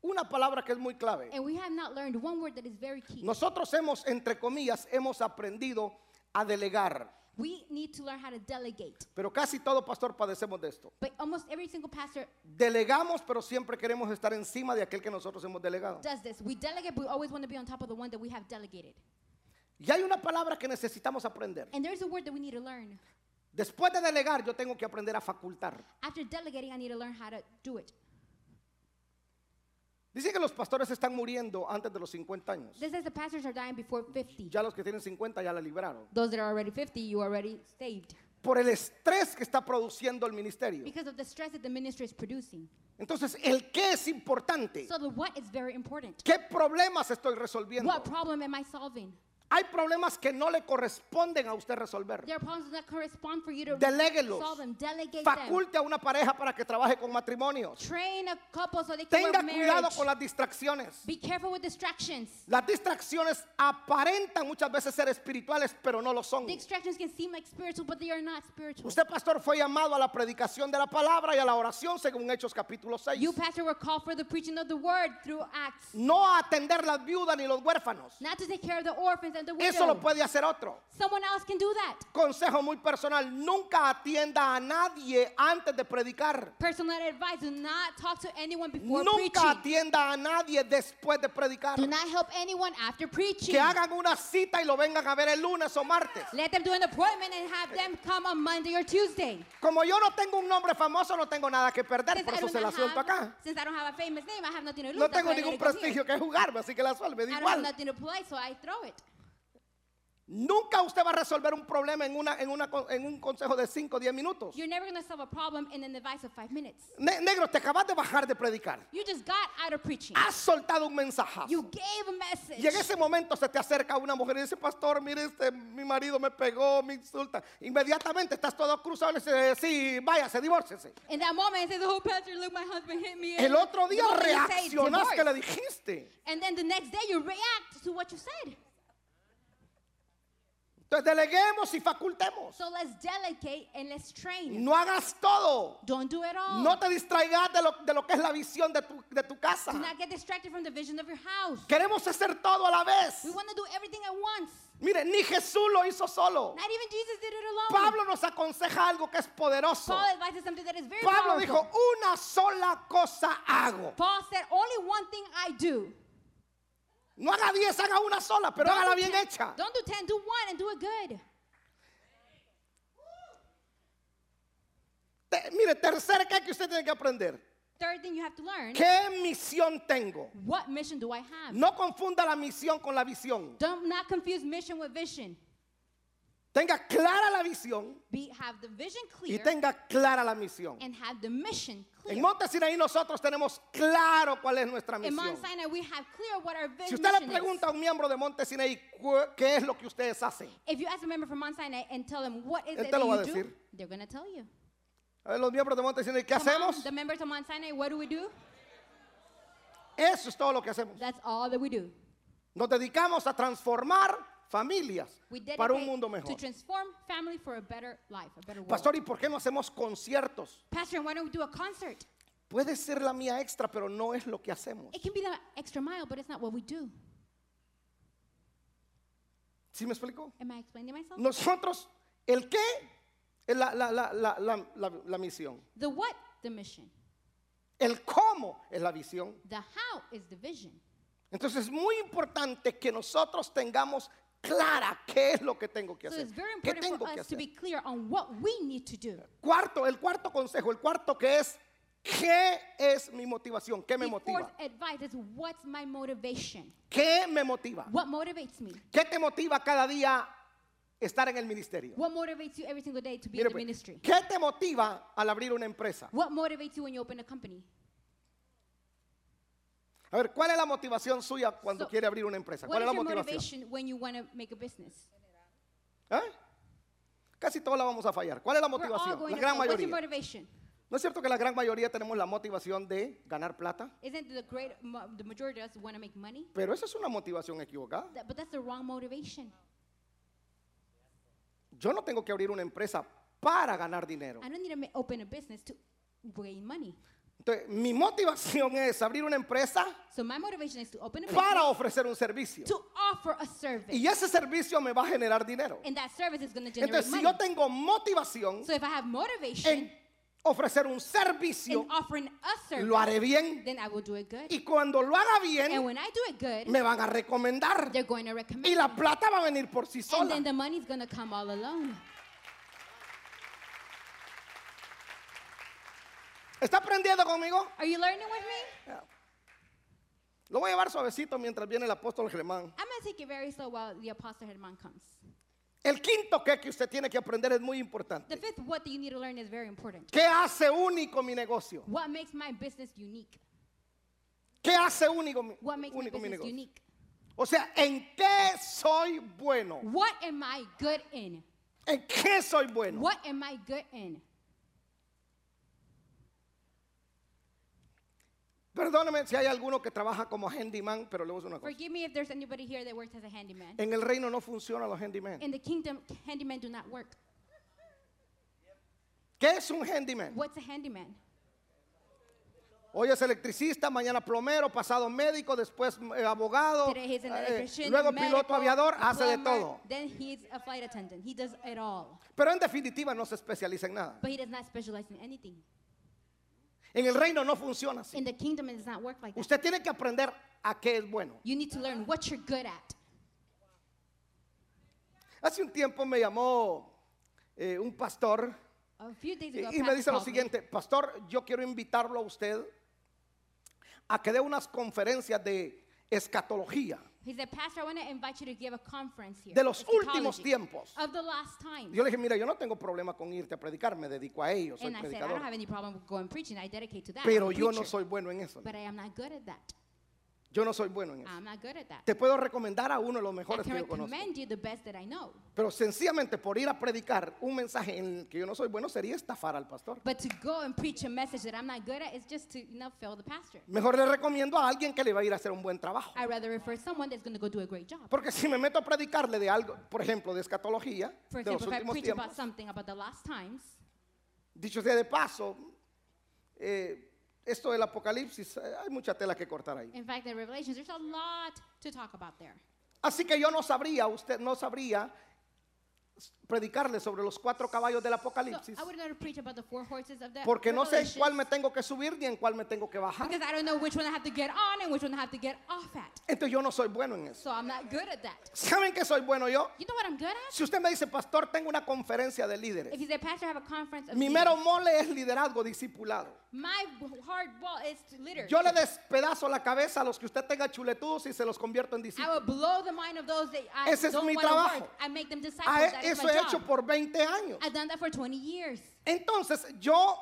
[SPEAKER 1] una palabra que es muy clave.
[SPEAKER 2] And we have not learned one word that is very key.
[SPEAKER 1] Nosotros hemos, entre comillas, hemos aprendido a delegar.
[SPEAKER 2] We need to learn how to delegate.
[SPEAKER 1] Pero casi todo pastor padecemos de esto.
[SPEAKER 2] But almost every single pastor
[SPEAKER 1] Delegamos, pero siempre queremos estar encima de aquel que nosotros hemos delegado.
[SPEAKER 2] does this. We delegate, but we always want to be on top of the one that we have delegated.
[SPEAKER 1] Y hay una palabra que necesitamos aprender.
[SPEAKER 2] And there's a word that we need to learn.
[SPEAKER 1] Después de delegar, yo tengo que aprender a facultar.
[SPEAKER 2] After delegating, I need to learn how to do it.
[SPEAKER 1] Dicen que los pastores están muriendo antes de los 50 años.
[SPEAKER 2] This says the pastors are dying before 50.
[SPEAKER 1] Ya los que tienen 50 ya la libraron.
[SPEAKER 2] Those that are already 50, you already saved
[SPEAKER 1] Por el estrés que está produciendo el ministerio.
[SPEAKER 2] because of the stress that the ministry is producing.
[SPEAKER 1] Entonces, el qué es importante.
[SPEAKER 2] So the what is very important.
[SPEAKER 1] ¿Qué problemas estoy resolviendo?
[SPEAKER 2] What problem am I solving?
[SPEAKER 1] Hay problemas que no le corresponden a usted resolver.
[SPEAKER 2] There are problems that correspond for you to
[SPEAKER 1] Deléguelos.
[SPEAKER 2] solve them. Delegate them.
[SPEAKER 1] Faculte a una pareja para que trabaje con matrimonios.
[SPEAKER 2] Train a couple so they can
[SPEAKER 1] Tenga
[SPEAKER 2] work
[SPEAKER 1] cuidado
[SPEAKER 2] marriage.
[SPEAKER 1] con las distracciones.
[SPEAKER 2] Be careful with distractions.
[SPEAKER 1] Las distracciones aparentan muchas veces ser espirituales, pero no lo son.
[SPEAKER 2] The distractions can seem like spiritual, but they are not spiritual.
[SPEAKER 1] Usted, pastor, fue llamado a la predicación de la palabra y a la oración según Hechos capítulo 6.
[SPEAKER 2] You, pastor, were called for the preaching of the word through acts,
[SPEAKER 1] No a atender las viudas ni los huérfanos.
[SPEAKER 2] not to take care of the orphans and the widows.
[SPEAKER 1] Eso lo puede hacer otro.
[SPEAKER 2] Someone else can do that.
[SPEAKER 1] Consejo muy personal, nunca atienda a nadie antes de predicar.
[SPEAKER 2] Personal advice: Do not talk to anyone before
[SPEAKER 1] Nunca
[SPEAKER 2] preaching.
[SPEAKER 1] atienda a nadie después de predicar.
[SPEAKER 2] Do not help anyone after preaching.
[SPEAKER 1] Que hagan una cita y lo vengan a ver el lunes o martes.
[SPEAKER 2] Let them do an appointment and have them come on Monday or Tuesday.
[SPEAKER 1] Como yo no tengo un nombre famoso, no tengo nada que perder,
[SPEAKER 2] Since
[SPEAKER 1] por
[SPEAKER 2] I,
[SPEAKER 1] eso
[SPEAKER 2] do
[SPEAKER 1] se la
[SPEAKER 2] not
[SPEAKER 1] suelto
[SPEAKER 2] have,
[SPEAKER 1] acá.
[SPEAKER 2] since I don't have a famous name, I have nothing to lose.
[SPEAKER 1] No
[SPEAKER 2] That's why
[SPEAKER 1] tengo
[SPEAKER 2] I let
[SPEAKER 1] ningún
[SPEAKER 2] it come here.
[SPEAKER 1] prestigio que jugarme, así que la suelto, me da
[SPEAKER 2] I don't have
[SPEAKER 1] igual.
[SPEAKER 2] nothing to play, so I throw it.
[SPEAKER 1] Nunca usted va a resolver un problema en, una, en, una, con- en un consejo de 5 o 10 minutos.
[SPEAKER 2] You're never going to solve a problem in an advice of five minutes.
[SPEAKER 1] Ne- negro, te acabas de bajar de predicar.
[SPEAKER 2] You just got out of preaching.
[SPEAKER 1] Has soltado un mensajazo.
[SPEAKER 2] You gave a message.
[SPEAKER 1] Y en ese momento se te acerca una mujer y dice, pastor, mire, este, mi marido me pegó, me insulta. Inmediatamente estás todo cruzado y le dice, sí, váyase, divórcese.
[SPEAKER 2] In that moment, it says, "Oh, pastor, look, my husband hit me."
[SPEAKER 1] El otro día
[SPEAKER 2] The moment you say it's
[SPEAKER 1] reaccionas que le
[SPEAKER 2] divorce.
[SPEAKER 1] dijiste.
[SPEAKER 2] And then the next day, you react to what you said.
[SPEAKER 1] Entonces deleguemos y facultemos.
[SPEAKER 2] So let's delegate and let's train.
[SPEAKER 1] No hagas todo.
[SPEAKER 2] Don't do it all.
[SPEAKER 1] No te distraigas de lo, de lo que es la visión de tu, de tu casa.
[SPEAKER 2] do not get distracted from the vision of your house.
[SPEAKER 1] Queremos hacer todo a la vez.
[SPEAKER 2] We want to do everything at once.
[SPEAKER 1] Mire, ni Jesús lo hizo solo.
[SPEAKER 2] Not even Jesus did it alone.
[SPEAKER 1] Pablo nos aconseja algo que es poderoso.
[SPEAKER 2] Paul advises something that is very
[SPEAKER 1] Pablo
[SPEAKER 2] powerful.
[SPEAKER 1] dijo, una sola cosa hago.
[SPEAKER 2] Paul said, "Only one thing I do.
[SPEAKER 1] No haga diez, haga una sola, pero hágala
[SPEAKER 2] do
[SPEAKER 1] bien
[SPEAKER 2] ten,
[SPEAKER 1] hecha.
[SPEAKER 2] Don't do ten. Do one and do it good."
[SPEAKER 1] Te- mire, tercer que que usted tiene que aprender.
[SPEAKER 2] Third thing you have to learn:
[SPEAKER 1] ¿Qué misión tengo?
[SPEAKER 2] What mission do I have?
[SPEAKER 1] No confunda la misión con la visión.
[SPEAKER 2] Don't not confuse mission with vision.
[SPEAKER 1] Tenga clara la visión
[SPEAKER 2] Be have the vision
[SPEAKER 1] y
[SPEAKER 2] clear.
[SPEAKER 1] tenga clara la misión.
[SPEAKER 2] and have the mission
[SPEAKER 1] En
[SPEAKER 2] clear.
[SPEAKER 1] Monte Sinaí nosotros tenemos claro cuál es nuestra
[SPEAKER 2] In
[SPEAKER 1] misión.
[SPEAKER 2] Mount Sinai, we have clear what our
[SPEAKER 1] Si
[SPEAKER 2] vision
[SPEAKER 1] usted le
[SPEAKER 2] is.
[SPEAKER 1] pregunta a un miembro de Monte Sinaí cu- qué es lo que ustedes hacen,
[SPEAKER 2] If you ask a member from Mount Sinai and tell them what is
[SPEAKER 1] Él te
[SPEAKER 2] it that
[SPEAKER 1] lo va a
[SPEAKER 2] you do,
[SPEAKER 1] decir.
[SPEAKER 2] they're gonna tell you.
[SPEAKER 1] a ver, los miembros de Monte Sinaí, ¿qué
[SPEAKER 2] Come on,
[SPEAKER 1] hacemos?
[SPEAKER 2] the members of Mount Sinai, what do we do?
[SPEAKER 1] Eso es todo lo que hacemos.
[SPEAKER 2] That's all that we do.
[SPEAKER 1] Nos dedicamos a transformar familias
[SPEAKER 2] We
[SPEAKER 1] para un
[SPEAKER 2] dedicate
[SPEAKER 1] mundo
[SPEAKER 2] to
[SPEAKER 1] mejor.
[SPEAKER 2] transform family for a better life, a better world.
[SPEAKER 1] Pastor, ¿y por qué no hacemos conciertos?
[SPEAKER 2] Pastor, and why don't we do a concert?
[SPEAKER 1] Puede ser la mía extra, pero no es lo que hacemos.
[SPEAKER 2] It can be the extra mile, but it's not what we do.
[SPEAKER 1] ¿Sí me explico?
[SPEAKER 2] Am I explaining myself?
[SPEAKER 1] Nosotros, el qué es la, la- la- la- la- la- la misión.
[SPEAKER 2] The what, the mission.
[SPEAKER 1] El cómo es la visión.
[SPEAKER 2] The how is the vision.
[SPEAKER 1] Entonces es muy importante que nosotros tengamos clara qué es lo que tengo que
[SPEAKER 2] So
[SPEAKER 1] hacer.
[SPEAKER 2] it's very
[SPEAKER 1] ¿Qué
[SPEAKER 2] important
[SPEAKER 1] tengo
[SPEAKER 2] for
[SPEAKER 1] que
[SPEAKER 2] us to
[SPEAKER 1] hacer?
[SPEAKER 2] be clear on what we need to do.
[SPEAKER 1] Cuarto, el cuarto consejo, el cuarto que es, ¿qué es mi motivación? ¿Qué me
[SPEAKER 2] The fourth
[SPEAKER 1] motiva?
[SPEAKER 2] advice is what's my motivation?
[SPEAKER 1] ¿Qué me motiva?
[SPEAKER 2] What motivates me?
[SPEAKER 1] ¿Qué te motiva cada día estar en el ministerio?
[SPEAKER 2] What motivates you every single day to be
[SPEAKER 1] Mire,
[SPEAKER 2] in the
[SPEAKER 1] pues,
[SPEAKER 2] ministry?
[SPEAKER 1] ¿Qué te motiva al abrir una empresa?
[SPEAKER 2] What motivates you when you open a company?
[SPEAKER 1] A ver, ¿cuál es la motivación suya cuando
[SPEAKER 2] So,
[SPEAKER 1] quiere abrir una empresa?
[SPEAKER 2] What
[SPEAKER 1] ¿Cuál
[SPEAKER 2] is
[SPEAKER 1] es la
[SPEAKER 2] your
[SPEAKER 1] motivación?
[SPEAKER 2] motivation when you want to make a business?
[SPEAKER 1] ¿Eh? Casi todos la vamos a fallar. ¿Cuál es la
[SPEAKER 2] We're all
[SPEAKER 1] motivación?
[SPEAKER 2] going
[SPEAKER 1] La
[SPEAKER 2] to
[SPEAKER 1] gran
[SPEAKER 2] fail. What's your
[SPEAKER 1] mayoría.
[SPEAKER 2] motivation?
[SPEAKER 1] ¿No es cierto que la gran mayoría tenemos la motivación de ganar plata?
[SPEAKER 2] Isn't the great mo- the majority of us want to make money?
[SPEAKER 1] Pero esa es una motivación equivocada.
[SPEAKER 2] That- but that's the wrong motivation.
[SPEAKER 1] Yo no tengo que abrir una empresa para ganar dinero.
[SPEAKER 2] I don't need to ma- open a business to gain money.
[SPEAKER 1] Entonces, mi motivación es abrir una empresa
[SPEAKER 2] So my motivation is to open a business
[SPEAKER 1] para ofrecer un servicio.
[SPEAKER 2] to offer a service,
[SPEAKER 1] Y ese servicio me va a generar dinero.
[SPEAKER 2] and that service is going to generate
[SPEAKER 1] Entonces, si
[SPEAKER 2] money.
[SPEAKER 1] yo tengo motivación
[SPEAKER 2] so if I have motivation
[SPEAKER 1] en ofrecer un
[SPEAKER 2] in
[SPEAKER 1] servicio,
[SPEAKER 2] offering a service,
[SPEAKER 1] lo haré bien.
[SPEAKER 2] then I will do it good.
[SPEAKER 1] Y cuando lo haga
[SPEAKER 2] and
[SPEAKER 1] bien,
[SPEAKER 2] when I do it good,
[SPEAKER 1] me van a recomendar.
[SPEAKER 2] they're going to recommend.
[SPEAKER 1] Y la
[SPEAKER 2] me.
[SPEAKER 1] plata va a venir por sí
[SPEAKER 2] and
[SPEAKER 1] sola.
[SPEAKER 2] then the money's going to come all alone.
[SPEAKER 1] ¿Está aprendiendo conmigo?
[SPEAKER 2] Are you learning with me?
[SPEAKER 1] Lo voy a llevar suavecito mientras viene el apóstol Germán.
[SPEAKER 2] I'm going to take it very slow while the apostle Herman comes.
[SPEAKER 1] El quinto que, que usted tiene que aprender es muy
[SPEAKER 2] The
[SPEAKER 1] importante.
[SPEAKER 2] fifth what that you need to learn is very important.
[SPEAKER 1] ¿Qué hace único mi negocio?
[SPEAKER 2] What makes my business unique?
[SPEAKER 1] ¿Qué hace único, mi-
[SPEAKER 2] What makes
[SPEAKER 1] único
[SPEAKER 2] my
[SPEAKER 1] mi
[SPEAKER 2] business
[SPEAKER 1] negocio?
[SPEAKER 2] unique?
[SPEAKER 1] O sea, ¿en qué soy bueno?
[SPEAKER 2] What am I good in?
[SPEAKER 1] ¿En qué soy bueno?
[SPEAKER 2] What am I good in?
[SPEAKER 1] Perdóneme si hay alguno que trabaja como handyman, pero le voy a decir una cosa.
[SPEAKER 2] Forgive me if there's anybody here that works as a handyman.
[SPEAKER 1] En el reino no funcionan los handyman.
[SPEAKER 2] In the kingdom, handymen do not work.
[SPEAKER 1] ¿Qué es un handyman?
[SPEAKER 2] What's a handyman?
[SPEAKER 1] Hoy es electricista, mañana plomero, pasado médico, después eh, abogado,
[SPEAKER 2] Today he's an
[SPEAKER 1] eh,
[SPEAKER 2] electrician,
[SPEAKER 1] luego
[SPEAKER 2] medical,
[SPEAKER 1] piloto aviador, hace de
[SPEAKER 2] plumber,
[SPEAKER 1] todo.
[SPEAKER 2] Then he's a flight attendant. He does it all,
[SPEAKER 1] Pero en definitiva no se especializa en nada.
[SPEAKER 2] but he does not specialize in anything.
[SPEAKER 1] En el reino no funciona así.
[SPEAKER 2] In the kingdom, it does not work like that.
[SPEAKER 1] Usted tiene que aprender a qué es bueno.
[SPEAKER 2] You need to learn what you're good at.
[SPEAKER 1] Hace un tiempo me llamó eh, un pastor
[SPEAKER 2] A few days ago, a
[SPEAKER 1] y, y me
[SPEAKER 2] pastor
[SPEAKER 1] dice lo
[SPEAKER 2] called me.
[SPEAKER 1] siguiente, pastor, yo quiero invitarlo a usted a que dé unas conferencias de escatología.
[SPEAKER 2] He said, Pastor, I want to invite you to give a conference here.
[SPEAKER 1] De los
[SPEAKER 2] It's ecology,
[SPEAKER 1] últimos tiempos.
[SPEAKER 2] Of the last time.
[SPEAKER 1] Yo le dije, mira, yo no tengo problema con irte a predicar, me dedico a ello, soy
[SPEAKER 2] and I said, I don't have
[SPEAKER 1] predicador.
[SPEAKER 2] any problem with going preaching. I dedicate to that. I'm a
[SPEAKER 1] Pero yo no
[SPEAKER 2] preacher."
[SPEAKER 1] soy bueno en eso.
[SPEAKER 2] But I am not good at that.
[SPEAKER 1] Yo no soy bueno en eso.
[SPEAKER 2] I'm not good at that.
[SPEAKER 1] Te puedo recomendar a uno de los
[SPEAKER 2] I
[SPEAKER 1] mejores
[SPEAKER 2] can
[SPEAKER 1] que yo conozco.
[SPEAKER 2] recommend you the best that I know.
[SPEAKER 1] Pero sencillamente por ir a predicar un mensaje en el que yo no soy bueno sería estafar al pastor.
[SPEAKER 2] But to go and preach a message that I'm not good at is just to you know, fail the pastor.
[SPEAKER 1] Mejor le recomiendo a alguien que le va a ir a hacer un buen trabajo.
[SPEAKER 2] I'd rather refer someone that's going to go do a great job.
[SPEAKER 1] Porque si me meto a predicarle de algo, por ejemplo, de escatología,
[SPEAKER 2] For
[SPEAKER 1] de los
[SPEAKER 2] example, if I
[SPEAKER 1] últimos
[SPEAKER 2] preach
[SPEAKER 1] tiempos,
[SPEAKER 2] about something about the last times,
[SPEAKER 1] dicho sea de paso, eh, esto del apocalipsis, eh, hay mucha tela que cortar ahí.
[SPEAKER 2] in fact, in Revelations, there's a lot to talk about there.
[SPEAKER 1] Así que yo no sabría, usted no sabría predicarle sobre los cuatro caballos del
[SPEAKER 2] So
[SPEAKER 1] apocalipsis,
[SPEAKER 2] I would not preach about the four horses of the
[SPEAKER 1] porque no sé en
[SPEAKER 2] Revelation
[SPEAKER 1] cuál me tengo que subir ni en cuál me tengo que bajar.
[SPEAKER 2] because I don't know which one I have to get on and which one I have to get off at.
[SPEAKER 1] Entonces yo no soy bueno en eso.
[SPEAKER 2] So I'm not good at that.
[SPEAKER 1] ¿Saben que soy bueno yo?
[SPEAKER 2] You know what I'm good at?
[SPEAKER 1] Si usted me dice, pastor, tengo una conferencia de
[SPEAKER 2] If
[SPEAKER 1] líderes.
[SPEAKER 2] you say, Pastor, I have a conference of
[SPEAKER 1] Mi
[SPEAKER 2] leaders.
[SPEAKER 1] mero mole es liderazgo discipulado.
[SPEAKER 2] My hard ball is to litter.
[SPEAKER 1] Yo le despedazo la cabeza a los que usted tenga chuletudos y se los convierto en
[SPEAKER 2] I
[SPEAKER 1] discípulos.
[SPEAKER 2] will blow the mind of those that I
[SPEAKER 1] Ese es
[SPEAKER 2] don't
[SPEAKER 1] mi
[SPEAKER 2] want to
[SPEAKER 1] trabajo.
[SPEAKER 2] work. I make them disciples.
[SPEAKER 1] Ah,
[SPEAKER 2] That is
[SPEAKER 1] Eso
[SPEAKER 2] my
[SPEAKER 1] he
[SPEAKER 2] job.
[SPEAKER 1] hecho por 20 años.
[SPEAKER 2] I've done that for 20 years.
[SPEAKER 1] Entonces, yo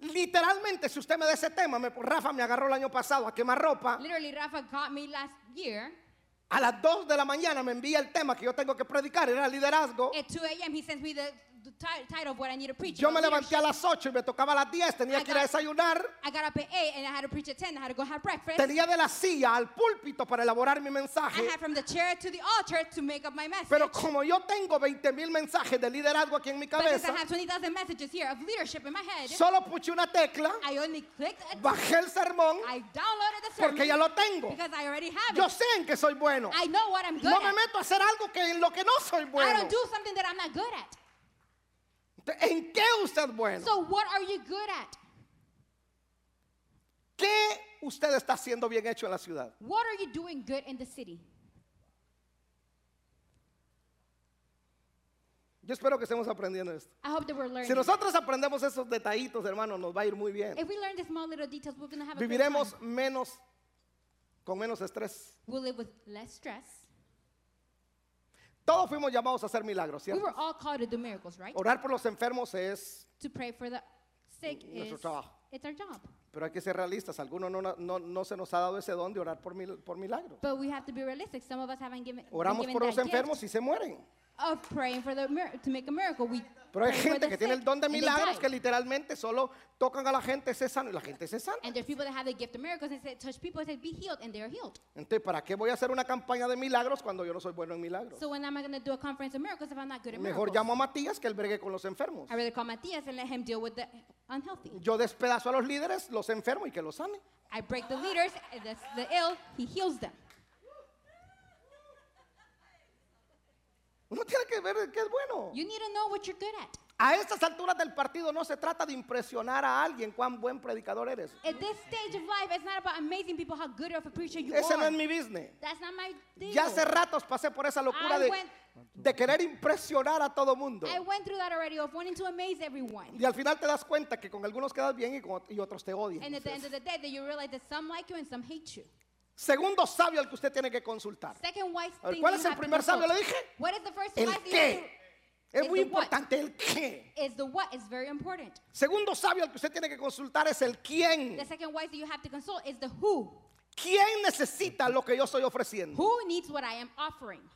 [SPEAKER 1] literalmente, si usted me da ese tema, me, Rafa me agarró el año pasado a quemar ropa.
[SPEAKER 2] Literally, Rafa got me last year
[SPEAKER 1] A las 2 de la mañana me envía el tema que yo tengo que predicar, era liderazgo.
[SPEAKER 2] at 2 a.m. He sends me the the ti- title of what I need to preach.
[SPEAKER 1] Yo
[SPEAKER 2] about
[SPEAKER 1] me levanté a las
[SPEAKER 2] leadership.
[SPEAKER 1] 8 y me tocaba a las 10, tenía que ir a desayunar.
[SPEAKER 2] I got up at 8 and I had to preach at 10. I had to go have breakfast.
[SPEAKER 1] Tenía de la silla al púlpito para elaborar mi
[SPEAKER 2] I
[SPEAKER 1] mensaje.
[SPEAKER 2] had from the chair to the altar to make up my message.
[SPEAKER 1] Pero como yo tengo 20 mil mensajes de liderazgo aquí en mi
[SPEAKER 2] but since I
[SPEAKER 1] cabeza,
[SPEAKER 2] have 20,000 messages here of leadership in my head,
[SPEAKER 1] solo puse una tecla,
[SPEAKER 2] I only clicked a
[SPEAKER 1] bajé el sermón
[SPEAKER 2] I downloaded the sermon
[SPEAKER 1] porque ya lo tengo.
[SPEAKER 2] because I already have
[SPEAKER 1] Yo
[SPEAKER 2] it.
[SPEAKER 1] sé en que soy bueno.
[SPEAKER 2] I know what I'm good
[SPEAKER 1] No
[SPEAKER 2] at.
[SPEAKER 1] me meto a hacer algo que en lo que no soy
[SPEAKER 2] I
[SPEAKER 1] bueno.
[SPEAKER 2] don't do something that I'm not good at.
[SPEAKER 1] ¿En qué usted es bueno?
[SPEAKER 2] So what are you good at?
[SPEAKER 1] ¿Qué usted está haciendo bien hecho en la ciudad?
[SPEAKER 2] What are you doing good in the city?
[SPEAKER 1] Yo espero que estemos aprendiendo esto.
[SPEAKER 2] I hope that we're learning.
[SPEAKER 1] Si nosotros aprendemos esos detallitos, hermano, nos va a ir muy bien.
[SPEAKER 2] if we learn the small little details, we're gonna have a good time.
[SPEAKER 1] Viviremos menos, con menos estrés.
[SPEAKER 2] We'll live with less stress.
[SPEAKER 1] Todos fuimos llamados a hacer milagros,
[SPEAKER 2] We
[SPEAKER 1] ¿cierto?
[SPEAKER 2] were all called to do miracles, right?
[SPEAKER 1] Orar por los enfermos es,
[SPEAKER 2] to pray for the sick
[SPEAKER 1] Nuestro
[SPEAKER 2] is
[SPEAKER 1] trabajo.
[SPEAKER 2] it's our job.
[SPEAKER 1] pero hay que ser realistas, algunos no, no, no se nos ha dado ese don de orar por, mil- por milagros.
[SPEAKER 2] But we have to be realistic. Some of us haven't given been
[SPEAKER 1] Oramos
[SPEAKER 2] given
[SPEAKER 1] por los
[SPEAKER 2] that gift
[SPEAKER 1] enfermos y se mueren.
[SPEAKER 2] of praying for the mir- to make a miracle. We
[SPEAKER 1] Pero hay
[SPEAKER 2] pray for
[SPEAKER 1] gente
[SPEAKER 2] the
[SPEAKER 1] que tiene
[SPEAKER 2] sick
[SPEAKER 1] el don de
[SPEAKER 2] and they
[SPEAKER 1] milagros
[SPEAKER 2] die.
[SPEAKER 1] que literalmente solo tocan a la gente, se sana y la gente se sana.
[SPEAKER 2] And there's people that have the gift of miracles and say, touch people and say, be healed, and they're healed.
[SPEAKER 1] Entonces, ¿para qué voy a hacer una campaña de milagros cuando yo no soy bueno en milagros?
[SPEAKER 2] So when am I going to do a conference of miracles if I'm not good at
[SPEAKER 1] Mejor
[SPEAKER 2] miracles?
[SPEAKER 1] llamo a Matías que él bregue con los enfermos.
[SPEAKER 2] I rather call Matthias and let him deal with the unhealthy.
[SPEAKER 1] Yo despedazo a los líderes, los enfermo y que los sane.
[SPEAKER 2] I break the leaders, and the, the ill, he heals them.
[SPEAKER 1] Uno tiene que ver qué es bueno.
[SPEAKER 2] You need to know what you're good at.
[SPEAKER 1] A estas alturas del partido no se trata de impresionar a alguien cuán buen predicador eres.
[SPEAKER 2] At this stage of life, it's not about amazing people how good of a preacher you
[SPEAKER 1] Ese
[SPEAKER 2] are.
[SPEAKER 1] no es mi business.
[SPEAKER 2] That's not my deal.
[SPEAKER 1] Ya hace ratos pasé por esa locura
[SPEAKER 2] I
[SPEAKER 1] de,
[SPEAKER 2] went-
[SPEAKER 1] de querer impresionar a todo mundo.
[SPEAKER 2] I went through that already of wanting to amaze everyone.
[SPEAKER 1] Y al final te das cuenta que con algunos quedas bien y, con ot- y otros te odian.
[SPEAKER 2] And at the end of the day, that you realize that some like you and some hate you.
[SPEAKER 1] Segundo sabio al que usted tiene que consultar.
[SPEAKER 2] Second wise
[SPEAKER 1] A ver,
[SPEAKER 2] thing
[SPEAKER 1] ¿cuál
[SPEAKER 2] that
[SPEAKER 1] es el
[SPEAKER 2] you have to
[SPEAKER 1] primer sabio?
[SPEAKER 2] consult.
[SPEAKER 1] Le dije.
[SPEAKER 2] What is the first
[SPEAKER 1] El
[SPEAKER 2] wise thing you
[SPEAKER 1] qué.
[SPEAKER 2] have to-
[SPEAKER 1] Es
[SPEAKER 2] is
[SPEAKER 1] muy
[SPEAKER 2] the what.
[SPEAKER 1] importante el qué.
[SPEAKER 2] is the what is very important.
[SPEAKER 1] Segundo sabio al que usted tiene que consultar es el quién.
[SPEAKER 2] The second wise that you have to consult is the who.
[SPEAKER 1] ¿Quién necesita lo que yo estoy ofreciendo?
[SPEAKER 2] Who needs what I am offering?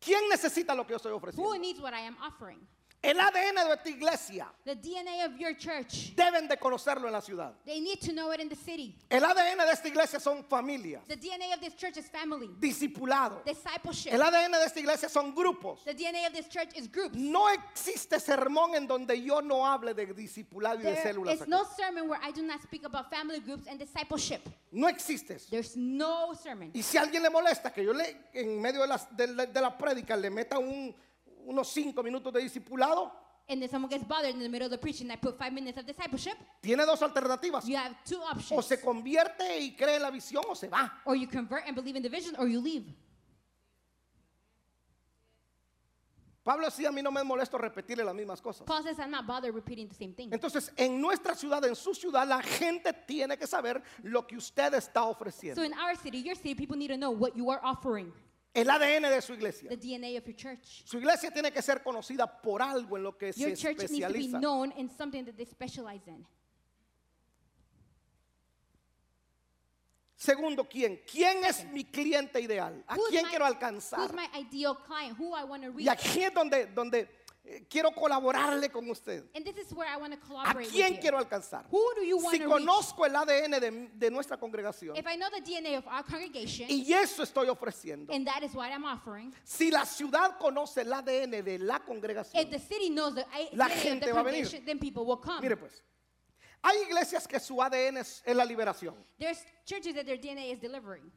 [SPEAKER 1] ¿Quién necesita lo que yo estoy
[SPEAKER 2] Who
[SPEAKER 1] ofreciendo?
[SPEAKER 2] needs what I am offering?
[SPEAKER 1] El ADN de esta iglesia
[SPEAKER 2] The DNA of your church.
[SPEAKER 1] deben de conocerlo en la ciudad.
[SPEAKER 2] They need to know it in the city.
[SPEAKER 1] El ADN de esta iglesia son familias,
[SPEAKER 2] The DNA of this church is family,
[SPEAKER 1] discipulados.
[SPEAKER 2] discipleship.
[SPEAKER 1] El ADN de esta iglesia son grupos.
[SPEAKER 2] The DNA of this church is groups.
[SPEAKER 1] No existe sermón en donde yo no hable de discipulado y de
[SPEAKER 2] There
[SPEAKER 1] células.
[SPEAKER 2] is
[SPEAKER 1] acá.
[SPEAKER 2] no sermon where I do not speak about family groups and discipleship.
[SPEAKER 1] No existe eso.
[SPEAKER 2] There's no sermon.
[SPEAKER 1] Y si a alguien le molesta que yo le, en medio de, las- de la, de la prédica le meta un- unos cinco minutos de discipulado,
[SPEAKER 2] And if someone gets bothered in the middle of the preaching, I put five minutes of discipleship.
[SPEAKER 1] tiene dos alternativas.
[SPEAKER 2] You have two
[SPEAKER 1] O
[SPEAKER 2] options.
[SPEAKER 1] se convierte y cree en la visión o se va.
[SPEAKER 2] Or you convert and believe in the vision, or you leave.
[SPEAKER 1] Pablo decía, a mí no me molesto repetirle las mismas cosas.
[SPEAKER 2] Paul says, I'm not bothered repeating the same thing.
[SPEAKER 1] Entonces, en nuestra ciudad, en su ciudad, la gente tiene que saber lo que usted está ofreciendo.
[SPEAKER 2] So in our city, your city, people need to know what you are offering,
[SPEAKER 1] El ADN de su iglesia.
[SPEAKER 2] the DNA of your church.
[SPEAKER 1] Su iglesia tiene que ser conocida por algo en lo que se
[SPEAKER 2] Your church needs to be
[SPEAKER 1] especializa.
[SPEAKER 2] known in something that they specialize in.
[SPEAKER 1] Segundo, ¿quién? ¿Quién es mi cliente ideal? ¿A
[SPEAKER 2] Who's
[SPEAKER 1] quién
[SPEAKER 2] my-
[SPEAKER 1] quiero alcanzar?
[SPEAKER 2] Who's my ideal client? Who I want to reach?
[SPEAKER 1] Y aquí es donde, donde eh, quiero colaborarle con usted.
[SPEAKER 2] And this is where I want to
[SPEAKER 1] ¿A
[SPEAKER 2] collaborate
[SPEAKER 1] quién
[SPEAKER 2] with you.
[SPEAKER 1] quiero alcanzar?
[SPEAKER 2] Who do you want
[SPEAKER 1] Si
[SPEAKER 2] to reach?
[SPEAKER 1] conozco el ADN de, de nuestra congregación
[SPEAKER 2] If I know the DNA of our congregation,
[SPEAKER 1] y eso estoy ofreciendo.
[SPEAKER 2] and that is what I'm offering,
[SPEAKER 1] Si la ciudad conoce el ADN de la
[SPEAKER 2] if
[SPEAKER 1] congregación,
[SPEAKER 2] the city knows the I-
[SPEAKER 1] La
[SPEAKER 2] DNA of
[SPEAKER 1] gente
[SPEAKER 2] the
[SPEAKER 1] va a venir.
[SPEAKER 2] congregation, then people will come.
[SPEAKER 1] mire pues, hay iglesias que su ADN es, es la liberación.
[SPEAKER 2] There's churches that their DNA is delivering.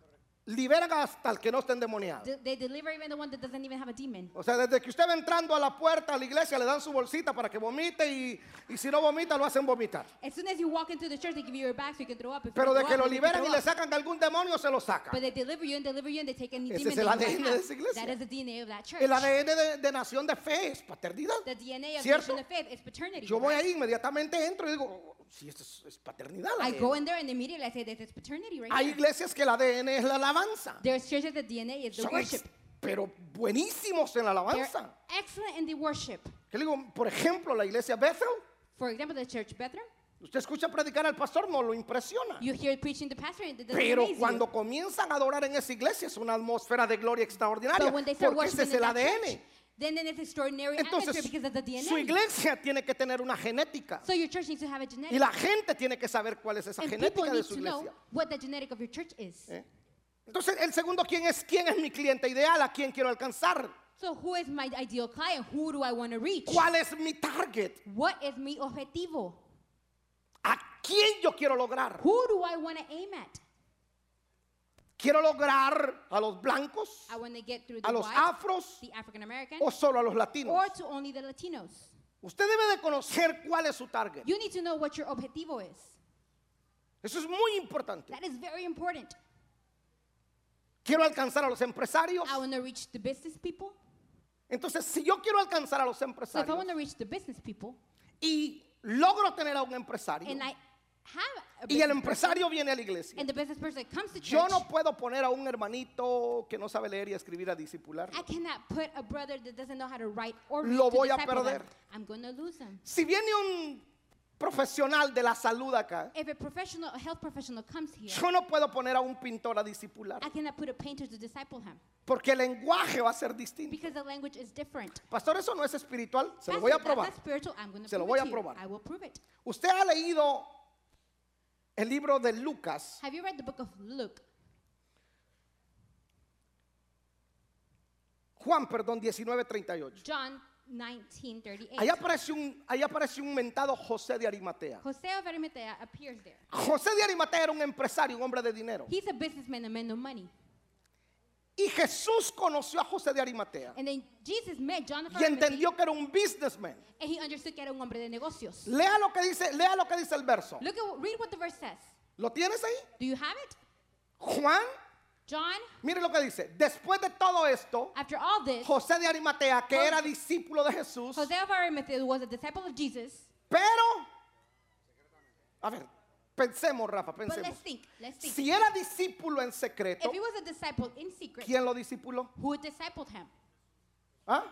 [SPEAKER 1] Liberan hasta el que no esté endemoniado.
[SPEAKER 2] De- They deliver even the one that doesn't even have a demon.
[SPEAKER 1] O sea, desde que usted va entrando a la puerta a la iglesia, le dan su bolsita para que vomite y, y si no vomita, lo hacen vomitar.
[SPEAKER 2] As soon as you walk into the church, they give you your bag so you can throw up. If you
[SPEAKER 1] Pero
[SPEAKER 2] throw
[SPEAKER 1] de que
[SPEAKER 2] up,
[SPEAKER 1] lo
[SPEAKER 2] they make you
[SPEAKER 1] liberan y
[SPEAKER 2] throw
[SPEAKER 1] le
[SPEAKER 2] up.
[SPEAKER 1] sacan algún demonio, se lo sacan.
[SPEAKER 2] But they deliver you and deliver you and they take any
[SPEAKER 1] Ese
[SPEAKER 2] demon
[SPEAKER 1] es el
[SPEAKER 2] that you
[SPEAKER 1] ADN
[SPEAKER 2] might
[SPEAKER 1] de
[SPEAKER 2] have.
[SPEAKER 1] esa iglesia.
[SPEAKER 2] That is the DNA of that church.
[SPEAKER 1] El ADN de, de nación de fe es paternidad.
[SPEAKER 2] The DNA of
[SPEAKER 1] ¿Cierto?
[SPEAKER 2] Nation of Faith is paternity.
[SPEAKER 1] Yo voy
[SPEAKER 2] right?
[SPEAKER 1] ahí, inmediatamente entro y digo, "Oh, oh, sí, esto es, es paternidad. la
[SPEAKER 2] I
[SPEAKER 1] de
[SPEAKER 2] go
[SPEAKER 1] él".
[SPEAKER 2] in there and immediately I say that it's paternity right
[SPEAKER 1] Hay
[SPEAKER 2] there.
[SPEAKER 1] iglesias que el ADN es la alabanza.
[SPEAKER 2] There's churches that DNA is the
[SPEAKER 1] Son ex-
[SPEAKER 2] worship.
[SPEAKER 1] pero buenísimos en la
[SPEAKER 2] They're
[SPEAKER 1] alabanza.
[SPEAKER 2] excellent in the worship.
[SPEAKER 1] Que le digo, por ejemplo, la iglesia Bethel,
[SPEAKER 2] For example, the church brethren,
[SPEAKER 1] usted escucha predicar al pastor, no lo impresiona.
[SPEAKER 2] you hear preaching the pastor and it doesn't
[SPEAKER 1] Pero
[SPEAKER 2] amaze you.
[SPEAKER 1] cuando comienzan a adorar en esa iglesia es una atmósfera de gloria extraordinaria.
[SPEAKER 2] But when they start
[SPEAKER 1] Porque ese es
[SPEAKER 2] worshiping in
[SPEAKER 1] el
[SPEAKER 2] that
[SPEAKER 1] ADN.
[SPEAKER 2] church, Then in this extraordinary atmosphere
[SPEAKER 1] Entonces,
[SPEAKER 2] because of the
[SPEAKER 1] su
[SPEAKER 2] DNA.
[SPEAKER 1] iglesia tiene que tener una genética.
[SPEAKER 2] So your church needs to have a
[SPEAKER 1] Y
[SPEAKER 2] genetic.
[SPEAKER 1] la gente tiene que saber cuál es esa
[SPEAKER 2] And people
[SPEAKER 1] genética de
[SPEAKER 2] need
[SPEAKER 1] su
[SPEAKER 2] to know
[SPEAKER 1] iglesia.
[SPEAKER 2] what the genetic of your church is.
[SPEAKER 1] ¿eh? Entonces, el segundo, ¿quién es? ¿Quién es mi cliente ideal? ¿A quién quiero alcanzar?
[SPEAKER 2] So who is my ideal client? Who do I want to reach?
[SPEAKER 1] ¿Cuál es mi target?
[SPEAKER 2] What is mi objetivo?
[SPEAKER 1] ¿A quién yo quiero lograr?
[SPEAKER 2] Who do I want to aim at?
[SPEAKER 1] ¿Quiero lograr a los blancos,
[SPEAKER 2] I want to get through the
[SPEAKER 1] a los
[SPEAKER 2] whites,
[SPEAKER 1] afros
[SPEAKER 2] the African American,
[SPEAKER 1] o solo a los
[SPEAKER 2] or
[SPEAKER 1] latinos?
[SPEAKER 2] to only the Latinos.
[SPEAKER 1] Usted debe de conocer cuál es su target.
[SPEAKER 2] You need to know what your objetivo is.
[SPEAKER 1] Eso es muy importante.
[SPEAKER 2] That is very important.
[SPEAKER 1] Quiero alcanzar a los empresarios.
[SPEAKER 2] I want to reach the business people.
[SPEAKER 1] Entonces, si yo quiero alcanzar Pues a los
[SPEAKER 2] So if I want
[SPEAKER 1] empresarios
[SPEAKER 2] to reach the business people,
[SPEAKER 1] y logro tener a un empresario
[SPEAKER 2] and I have a
[SPEAKER 1] y el
[SPEAKER 2] business person,
[SPEAKER 1] empresario viene a la iglesia,
[SPEAKER 2] and the business person comes to church,
[SPEAKER 1] yo no puedo poner a un hermanito que no sabe leer y escribir a discipular.
[SPEAKER 2] I cannot put a brother that doesn't know how to write or
[SPEAKER 1] Lo
[SPEAKER 2] read to
[SPEAKER 1] voy a
[SPEAKER 2] disciple them.
[SPEAKER 1] perder.
[SPEAKER 2] I'm going to lose them.
[SPEAKER 1] Si viene un profesional de la salud acá,
[SPEAKER 2] If a professional, a health professional comes here,
[SPEAKER 1] yo no puedo poner a un pintor a discipular
[SPEAKER 2] I cannot put a painter to disciple him
[SPEAKER 1] porque el lenguaje va a ser distinto.
[SPEAKER 2] because the language is different.
[SPEAKER 1] Pastor, eso no es espiritual. Se lo voy a
[SPEAKER 2] Pastor, that-
[SPEAKER 1] probar.
[SPEAKER 2] that's spiritual. I'm gonna
[SPEAKER 1] Se lo voy
[SPEAKER 2] prove it
[SPEAKER 1] a
[SPEAKER 2] to you.
[SPEAKER 1] probar.
[SPEAKER 2] I will prove it.
[SPEAKER 1] Usted ha leído el libro de Lucas,
[SPEAKER 2] Have you read the book of Luke?
[SPEAKER 1] Juan, perdón, 1938.
[SPEAKER 2] John 19:38.
[SPEAKER 1] Ahí aparece un, ahí aparece un mentado José de Arimatea.
[SPEAKER 2] Jose of Arimathea appears there.
[SPEAKER 1] José de Arimatea era un empresario, un hombre de dinero.
[SPEAKER 2] He's a businessman, a man of money.
[SPEAKER 1] Y Jesús conoció a José de Arimatea
[SPEAKER 2] And then Jesus met John of
[SPEAKER 1] y
[SPEAKER 2] Arimathea,
[SPEAKER 1] entendió que era un businessman.
[SPEAKER 2] and he understood que era un hombre de negocios.
[SPEAKER 1] Lea lo que dice, lea lo que dice el verso.
[SPEAKER 2] Look at what, read what the verse says.
[SPEAKER 1] ¿Lo tienes ahí?
[SPEAKER 2] Do you have it?
[SPEAKER 1] Juan,
[SPEAKER 2] John,
[SPEAKER 1] mire lo que dice. Después de todo esto,
[SPEAKER 2] after all this,
[SPEAKER 1] José de Arimatea, que
[SPEAKER 2] José-
[SPEAKER 1] era discípulo de Jesús,
[SPEAKER 2] Jose of Arimathea was a disciple of Jesus.
[SPEAKER 1] Pero, a ver, pensemos, Rafa,
[SPEAKER 2] But
[SPEAKER 1] pensemos.
[SPEAKER 2] let's think. Let's think.
[SPEAKER 1] Si era discípulo en secreto,
[SPEAKER 2] Pues, If he was a disciple in secret,
[SPEAKER 1] ¿quién lo discipuló?
[SPEAKER 2] who discipled him?
[SPEAKER 1] ¿Ah?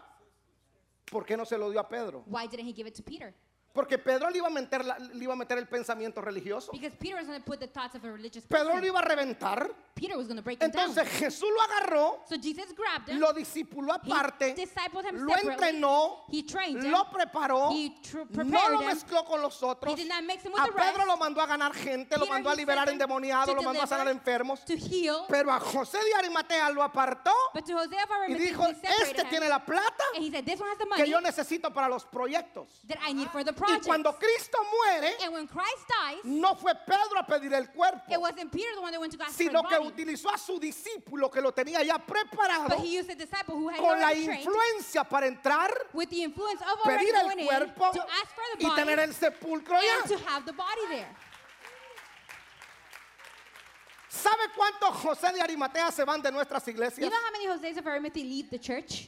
[SPEAKER 1] ¿Por qué no se lo dio a Pedro?
[SPEAKER 2] Why didn't he give it to Peter?
[SPEAKER 1] Porque Pedro le iba a meter, la- le iba a meter el pensamiento religioso.
[SPEAKER 2] Because Peter was going to put the thoughts of a religious
[SPEAKER 1] Pedro lo
[SPEAKER 2] person.
[SPEAKER 1] iba a reventar.
[SPEAKER 2] Peter was going to break him down.
[SPEAKER 1] Entonces Jesús lo agarró,
[SPEAKER 2] So Jesus grabbed him.
[SPEAKER 1] lo discipuló
[SPEAKER 2] He
[SPEAKER 1] aparte,
[SPEAKER 2] discipled him
[SPEAKER 1] lo
[SPEAKER 2] separately.
[SPEAKER 1] entrenó,
[SPEAKER 2] He trained him.
[SPEAKER 1] lo preparó,
[SPEAKER 2] He
[SPEAKER 1] no
[SPEAKER 2] tr- prepared
[SPEAKER 1] lo
[SPEAKER 2] him.
[SPEAKER 1] mezcló con los otros.
[SPEAKER 2] He did not mix him with
[SPEAKER 1] A
[SPEAKER 2] the rest.
[SPEAKER 1] Pedro lo mandó a ganar gente, lo
[SPEAKER 2] Peter,
[SPEAKER 1] mandó a
[SPEAKER 2] he
[SPEAKER 1] liberar
[SPEAKER 2] sent him
[SPEAKER 1] endemoniados,
[SPEAKER 2] to
[SPEAKER 1] lo mandó a sanar
[SPEAKER 2] deliver,
[SPEAKER 1] enfermos.
[SPEAKER 2] To heal.
[SPEAKER 1] Pero a José de Arimatea lo apartó
[SPEAKER 2] But to Jose of
[SPEAKER 1] y
[SPEAKER 2] Arimathea,
[SPEAKER 1] dijo,
[SPEAKER 2] he separated
[SPEAKER 1] este
[SPEAKER 2] him.
[SPEAKER 1] tiene la plata
[SPEAKER 2] And he said, this one has the
[SPEAKER 1] que
[SPEAKER 2] money
[SPEAKER 1] yo necesito para los proyectos.
[SPEAKER 2] that I need for the
[SPEAKER 1] Y
[SPEAKER 2] project.
[SPEAKER 1] cuando Cristo muere,
[SPEAKER 2] And when Christ dies,
[SPEAKER 1] no fue Pedro a pedir el
[SPEAKER 2] it
[SPEAKER 1] cuerpo,
[SPEAKER 2] wasn't Peter the one that went to God for the
[SPEAKER 1] sino que
[SPEAKER 2] body.
[SPEAKER 1] utilizó a su discípulo que lo tenía ya preparado
[SPEAKER 2] But he used a disciple who had
[SPEAKER 1] con la
[SPEAKER 2] already trained
[SPEAKER 1] influencia para entrar,
[SPEAKER 2] with the influence of already
[SPEAKER 1] pedir
[SPEAKER 2] going
[SPEAKER 1] el
[SPEAKER 2] in
[SPEAKER 1] cuerpo
[SPEAKER 2] to ask for the
[SPEAKER 1] y
[SPEAKER 2] body
[SPEAKER 1] tener el sepulcro
[SPEAKER 2] and
[SPEAKER 1] ya.
[SPEAKER 2] to have the body there.
[SPEAKER 1] ¿Sabe cuántos José de Arimatea se van de nuestras
[SPEAKER 2] You
[SPEAKER 1] iglesias?
[SPEAKER 2] know how many Jose's of Arimathea leave the church?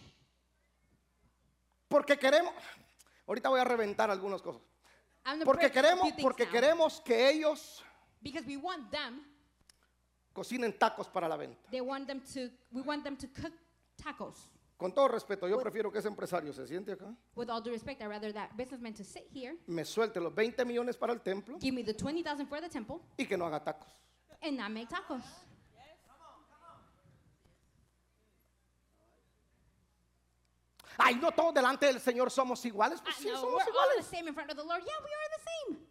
[SPEAKER 1] Porque queremos, ahorita voy a reventar algunas cosas.
[SPEAKER 2] I'm gonna
[SPEAKER 1] Porque
[SPEAKER 2] break a few
[SPEAKER 1] queremos,
[SPEAKER 2] things
[SPEAKER 1] porque
[SPEAKER 2] now.
[SPEAKER 1] queremos que ellos
[SPEAKER 2] Because we want them,
[SPEAKER 1] cocinen tacos para la venta.
[SPEAKER 2] they want them to, we want them to cook tacos.
[SPEAKER 1] Con todo respeto, yo prefiero que ese empresario se siente acá,
[SPEAKER 2] With all due respect, I'd rather that businessman to sit here,
[SPEAKER 1] me suelte los 20 millones para el templo
[SPEAKER 2] give me the 20,000 for the temple,
[SPEAKER 1] y que no haga tacos.
[SPEAKER 2] and not make tacos.
[SPEAKER 1] Ay, no todos delante del Señor somos iguales.
[SPEAKER 2] I
[SPEAKER 1] Pues sí,
[SPEAKER 2] know, we're
[SPEAKER 1] somos
[SPEAKER 2] all
[SPEAKER 1] iguales.
[SPEAKER 2] the same in front of the Lord. Yeah, we are the same.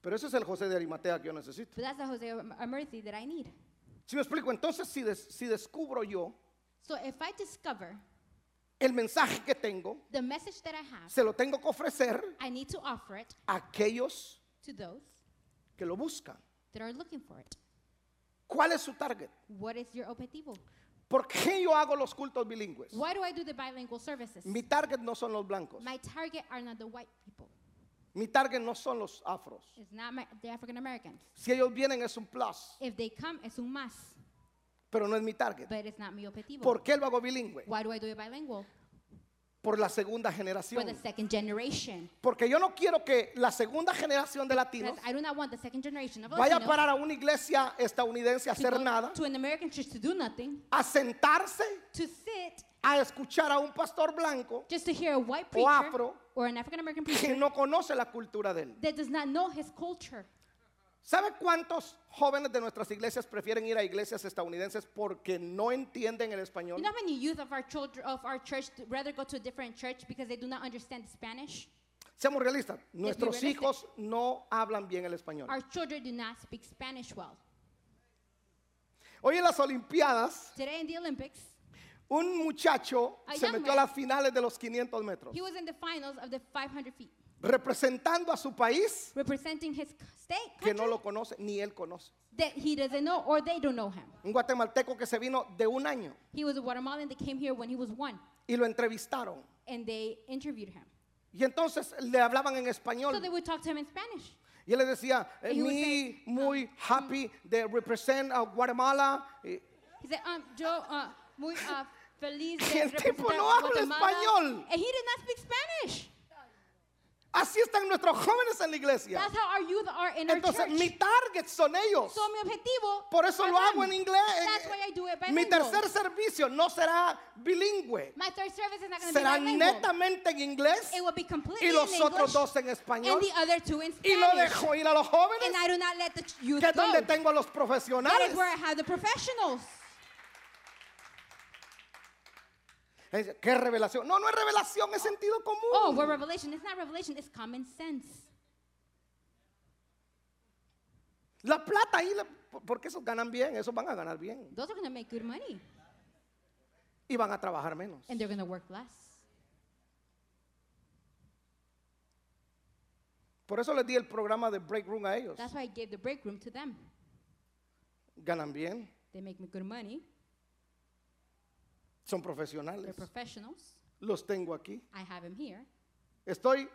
[SPEAKER 1] Pero ese es el José de Arimatea que yo necesito.
[SPEAKER 2] But that's the Jose of Arimathea that I need.
[SPEAKER 1] Si me explico, entonces si, des- si descubro yo
[SPEAKER 2] So if I discover
[SPEAKER 1] el mensaje que tengo,
[SPEAKER 2] the message that I have,
[SPEAKER 1] se lo tengo que ofrecer
[SPEAKER 2] I need to offer it
[SPEAKER 1] a aquellos
[SPEAKER 2] to those
[SPEAKER 1] que lo buscan.
[SPEAKER 2] that are looking for it.
[SPEAKER 1] ¿Cuál es su target?
[SPEAKER 2] What is your objetivo?
[SPEAKER 1] ¿Por qué yo hago los cultos bilingües?
[SPEAKER 2] Why do I do the bilingual services?
[SPEAKER 1] Mi target no son los blancos.
[SPEAKER 2] My target are not the white people.
[SPEAKER 1] Mi target no son los afros.
[SPEAKER 2] It's not my, the African Americans.
[SPEAKER 1] Si ellos vienen es un plus,
[SPEAKER 2] If they come, es un más,
[SPEAKER 1] pero no es mi target.
[SPEAKER 2] but it's not mi objetivo.
[SPEAKER 1] ¿Por qué lo hago bilingüe?
[SPEAKER 2] Why do I do it bilingual?
[SPEAKER 1] Por la segunda
[SPEAKER 2] For the
[SPEAKER 1] generación.
[SPEAKER 2] second generation.
[SPEAKER 1] Porque yo no quiero que la segunda generación de latinos
[SPEAKER 2] Because I do not want the second generation of
[SPEAKER 1] vaya a
[SPEAKER 2] Latinos
[SPEAKER 1] parar a una iglesia estadounidense a
[SPEAKER 2] to,
[SPEAKER 1] hacer
[SPEAKER 2] go
[SPEAKER 1] nada,
[SPEAKER 2] to an American church to do nothing,
[SPEAKER 1] a sentarse,
[SPEAKER 2] to sit
[SPEAKER 1] a escuchar a un pastor blanco
[SPEAKER 2] just to hear a white
[SPEAKER 1] O
[SPEAKER 2] preacher
[SPEAKER 1] afro.
[SPEAKER 2] or an African American
[SPEAKER 1] que
[SPEAKER 2] preacher
[SPEAKER 1] no conoce la cultura de él.
[SPEAKER 2] that does not know his culture.
[SPEAKER 1] ¿Sabe cuántos jóvenes de nuestras iglesias prefieren ir a iglesias estadounidenses porque no entienden el español?
[SPEAKER 2] You know how many youth of our children of our church rather go to a different church because they do not understand Spanish?
[SPEAKER 1] Seamos realistas, nuestros
[SPEAKER 2] realistic.
[SPEAKER 1] hijos no hablan bien el español.
[SPEAKER 2] Our children do not speak Spanish well.
[SPEAKER 1] Hoy en las Olimpiadas,
[SPEAKER 2] Today in the Olympics,
[SPEAKER 1] un muchacho
[SPEAKER 2] A
[SPEAKER 1] se
[SPEAKER 2] young
[SPEAKER 1] metió a
[SPEAKER 2] man.
[SPEAKER 1] las finales de los 500 metros,
[SPEAKER 2] he was in the finals of the 500 feet,
[SPEAKER 1] representando a su país
[SPEAKER 2] representing his c- state
[SPEAKER 1] que
[SPEAKER 2] country,
[SPEAKER 1] no lo conoce ni él conoce.
[SPEAKER 2] that he doesn't know or they don't know him.
[SPEAKER 1] Un guatemalteco que se vino de un año
[SPEAKER 2] He was a Guatemalan that came here when he was one,
[SPEAKER 1] y lo entrevistaron.
[SPEAKER 2] and they interviewed him.
[SPEAKER 1] Y entonces le hablaban en
[SPEAKER 2] So
[SPEAKER 1] español
[SPEAKER 2] they would talk to him in Spanish.
[SPEAKER 1] y él le decía,
[SPEAKER 2] And he "Um, would
[SPEAKER 1] me muy happy de represent a Guatemala. eh, Y-
[SPEAKER 2] He said, um, yo uh, muy uh, feliz
[SPEAKER 1] Que
[SPEAKER 2] de
[SPEAKER 1] el tipo
[SPEAKER 2] representar
[SPEAKER 1] no habla
[SPEAKER 2] Guatemala."
[SPEAKER 1] español.
[SPEAKER 2] And he did not speak Spanish.
[SPEAKER 1] Así están nuestros jóvenes en la iglesia.
[SPEAKER 2] That's how our youth are in our
[SPEAKER 1] Entonces
[SPEAKER 2] church.
[SPEAKER 1] mi target son ellos.
[SPEAKER 2] so mi objetivo
[SPEAKER 1] Por eso
[SPEAKER 2] are
[SPEAKER 1] lo hago en
[SPEAKER 2] them.
[SPEAKER 1] inglés.
[SPEAKER 2] That's why I do it
[SPEAKER 1] Mi
[SPEAKER 2] bilingual.
[SPEAKER 1] tercer servicio no será bilingüe.
[SPEAKER 2] My third service is not going to be
[SPEAKER 1] Será
[SPEAKER 2] bilingual.
[SPEAKER 1] netamente en inglés
[SPEAKER 2] It will be completely
[SPEAKER 1] y los
[SPEAKER 2] in
[SPEAKER 1] otros
[SPEAKER 2] English
[SPEAKER 1] dos en español.
[SPEAKER 2] and the other two in Spanish.
[SPEAKER 1] Y no dejo ir a los jóvenes,
[SPEAKER 2] and I do not let the ch- youth
[SPEAKER 1] que es
[SPEAKER 2] go.
[SPEAKER 1] donde tengo a los
[SPEAKER 2] that
[SPEAKER 1] profesionales.
[SPEAKER 2] is where I have the professionals.
[SPEAKER 1] Es- ¿Qué revelación? No, no es revelación, es sentido común.
[SPEAKER 2] Oh, well, revelation. It's not revelation. It's common sense.
[SPEAKER 1] La plata ahí, la- por- porque esos ganan bien, esos van a ganar bien
[SPEAKER 2] Those are going to make good money.
[SPEAKER 1] y van a trabajar menos.
[SPEAKER 2] And they're going to work less.
[SPEAKER 1] Por eso les di el programa de break room a ellos.
[SPEAKER 2] That's why I gave the break room to them.
[SPEAKER 1] Ganan bien,
[SPEAKER 2] They make me good money.
[SPEAKER 1] son
[SPEAKER 2] They're
[SPEAKER 1] profesionales.
[SPEAKER 2] professionals.
[SPEAKER 1] Los tengo aquí.
[SPEAKER 2] I have them here.
[SPEAKER 1] Estoy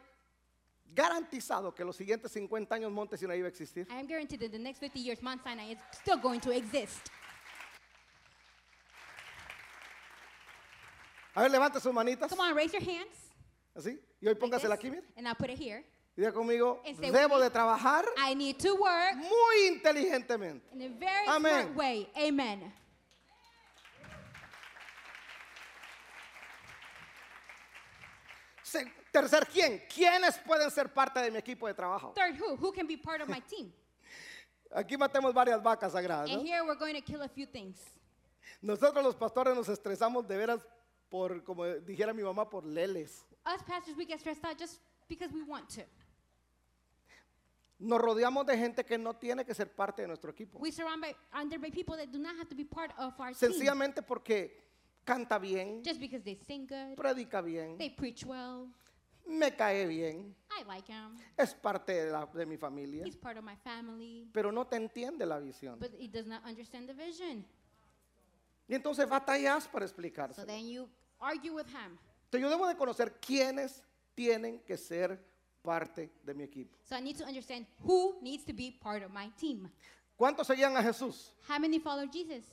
[SPEAKER 1] garantizado que los siguientes 50 años Monte Sinaí va a existir.
[SPEAKER 2] I am guaranteed that the next 50 years, Mount Sinai is still going to exist.
[SPEAKER 1] A ver, levante sus manitas.
[SPEAKER 2] Come on, raise your hands.
[SPEAKER 1] Así. Y hoy
[SPEAKER 2] like
[SPEAKER 1] póngasela
[SPEAKER 2] this,
[SPEAKER 1] aquí, mire.
[SPEAKER 2] and I'll put it here.
[SPEAKER 1] Y diga conmigo,
[SPEAKER 2] And say,
[SPEAKER 1] debo
[SPEAKER 2] "We-
[SPEAKER 1] de trabajar
[SPEAKER 2] I need to work
[SPEAKER 1] muy inteligentemente.
[SPEAKER 2] in a very
[SPEAKER 1] Amen.
[SPEAKER 2] smart way. Amen.
[SPEAKER 1] Se- tercer, ¿quién? ¿Quiénes pueden ser parte de mi equipo de trabajo?
[SPEAKER 2] Third, who? Who can be part of my team?
[SPEAKER 1] Aquí matemos varias vacas sagradas. ¿no?
[SPEAKER 2] And here we're going to kill a few things.
[SPEAKER 1] Nosotros los pastores nos estresamos de veras por, como dijera mi mamá, por leles.
[SPEAKER 2] Us pastors, we get stressed out just because we want to.
[SPEAKER 1] Nos rodeamos de gente que no tiene que ser parte de nuestro equipo.
[SPEAKER 2] We surround by, under by people that do not have to be part of our team.
[SPEAKER 1] Sencillamente porque canta bien,
[SPEAKER 2] Just because they sing good,
[SPEAKER 1] predica bien,
[SPEAKER 2] they preach well.
[SPEAKER 1] me cae bien,
[SPEAKER 2] I like him.
[SPEAKER 1] es parte de, la- de mi familia,
[SPEAKER 2] He's part of my family.
[SPEAKER 1] pero no te entiende la visión.
[SPEAKER 2] But he does not understand the vision.
[SPEAKER 1] Y entonces batallas para explicarse.
[SPEAKER 2] So then you argue with him.
[SPEAKER 1] Entonces yo debo de conocer quiénes tienen que ser parte de mi equipo.
[SPEAKER 2] So I need to understand who needs to be part of my team.
[SPEAKER 1] ¿Cuántos seguían a Jesús?
[SPEAKER 2] How many follow Jesus?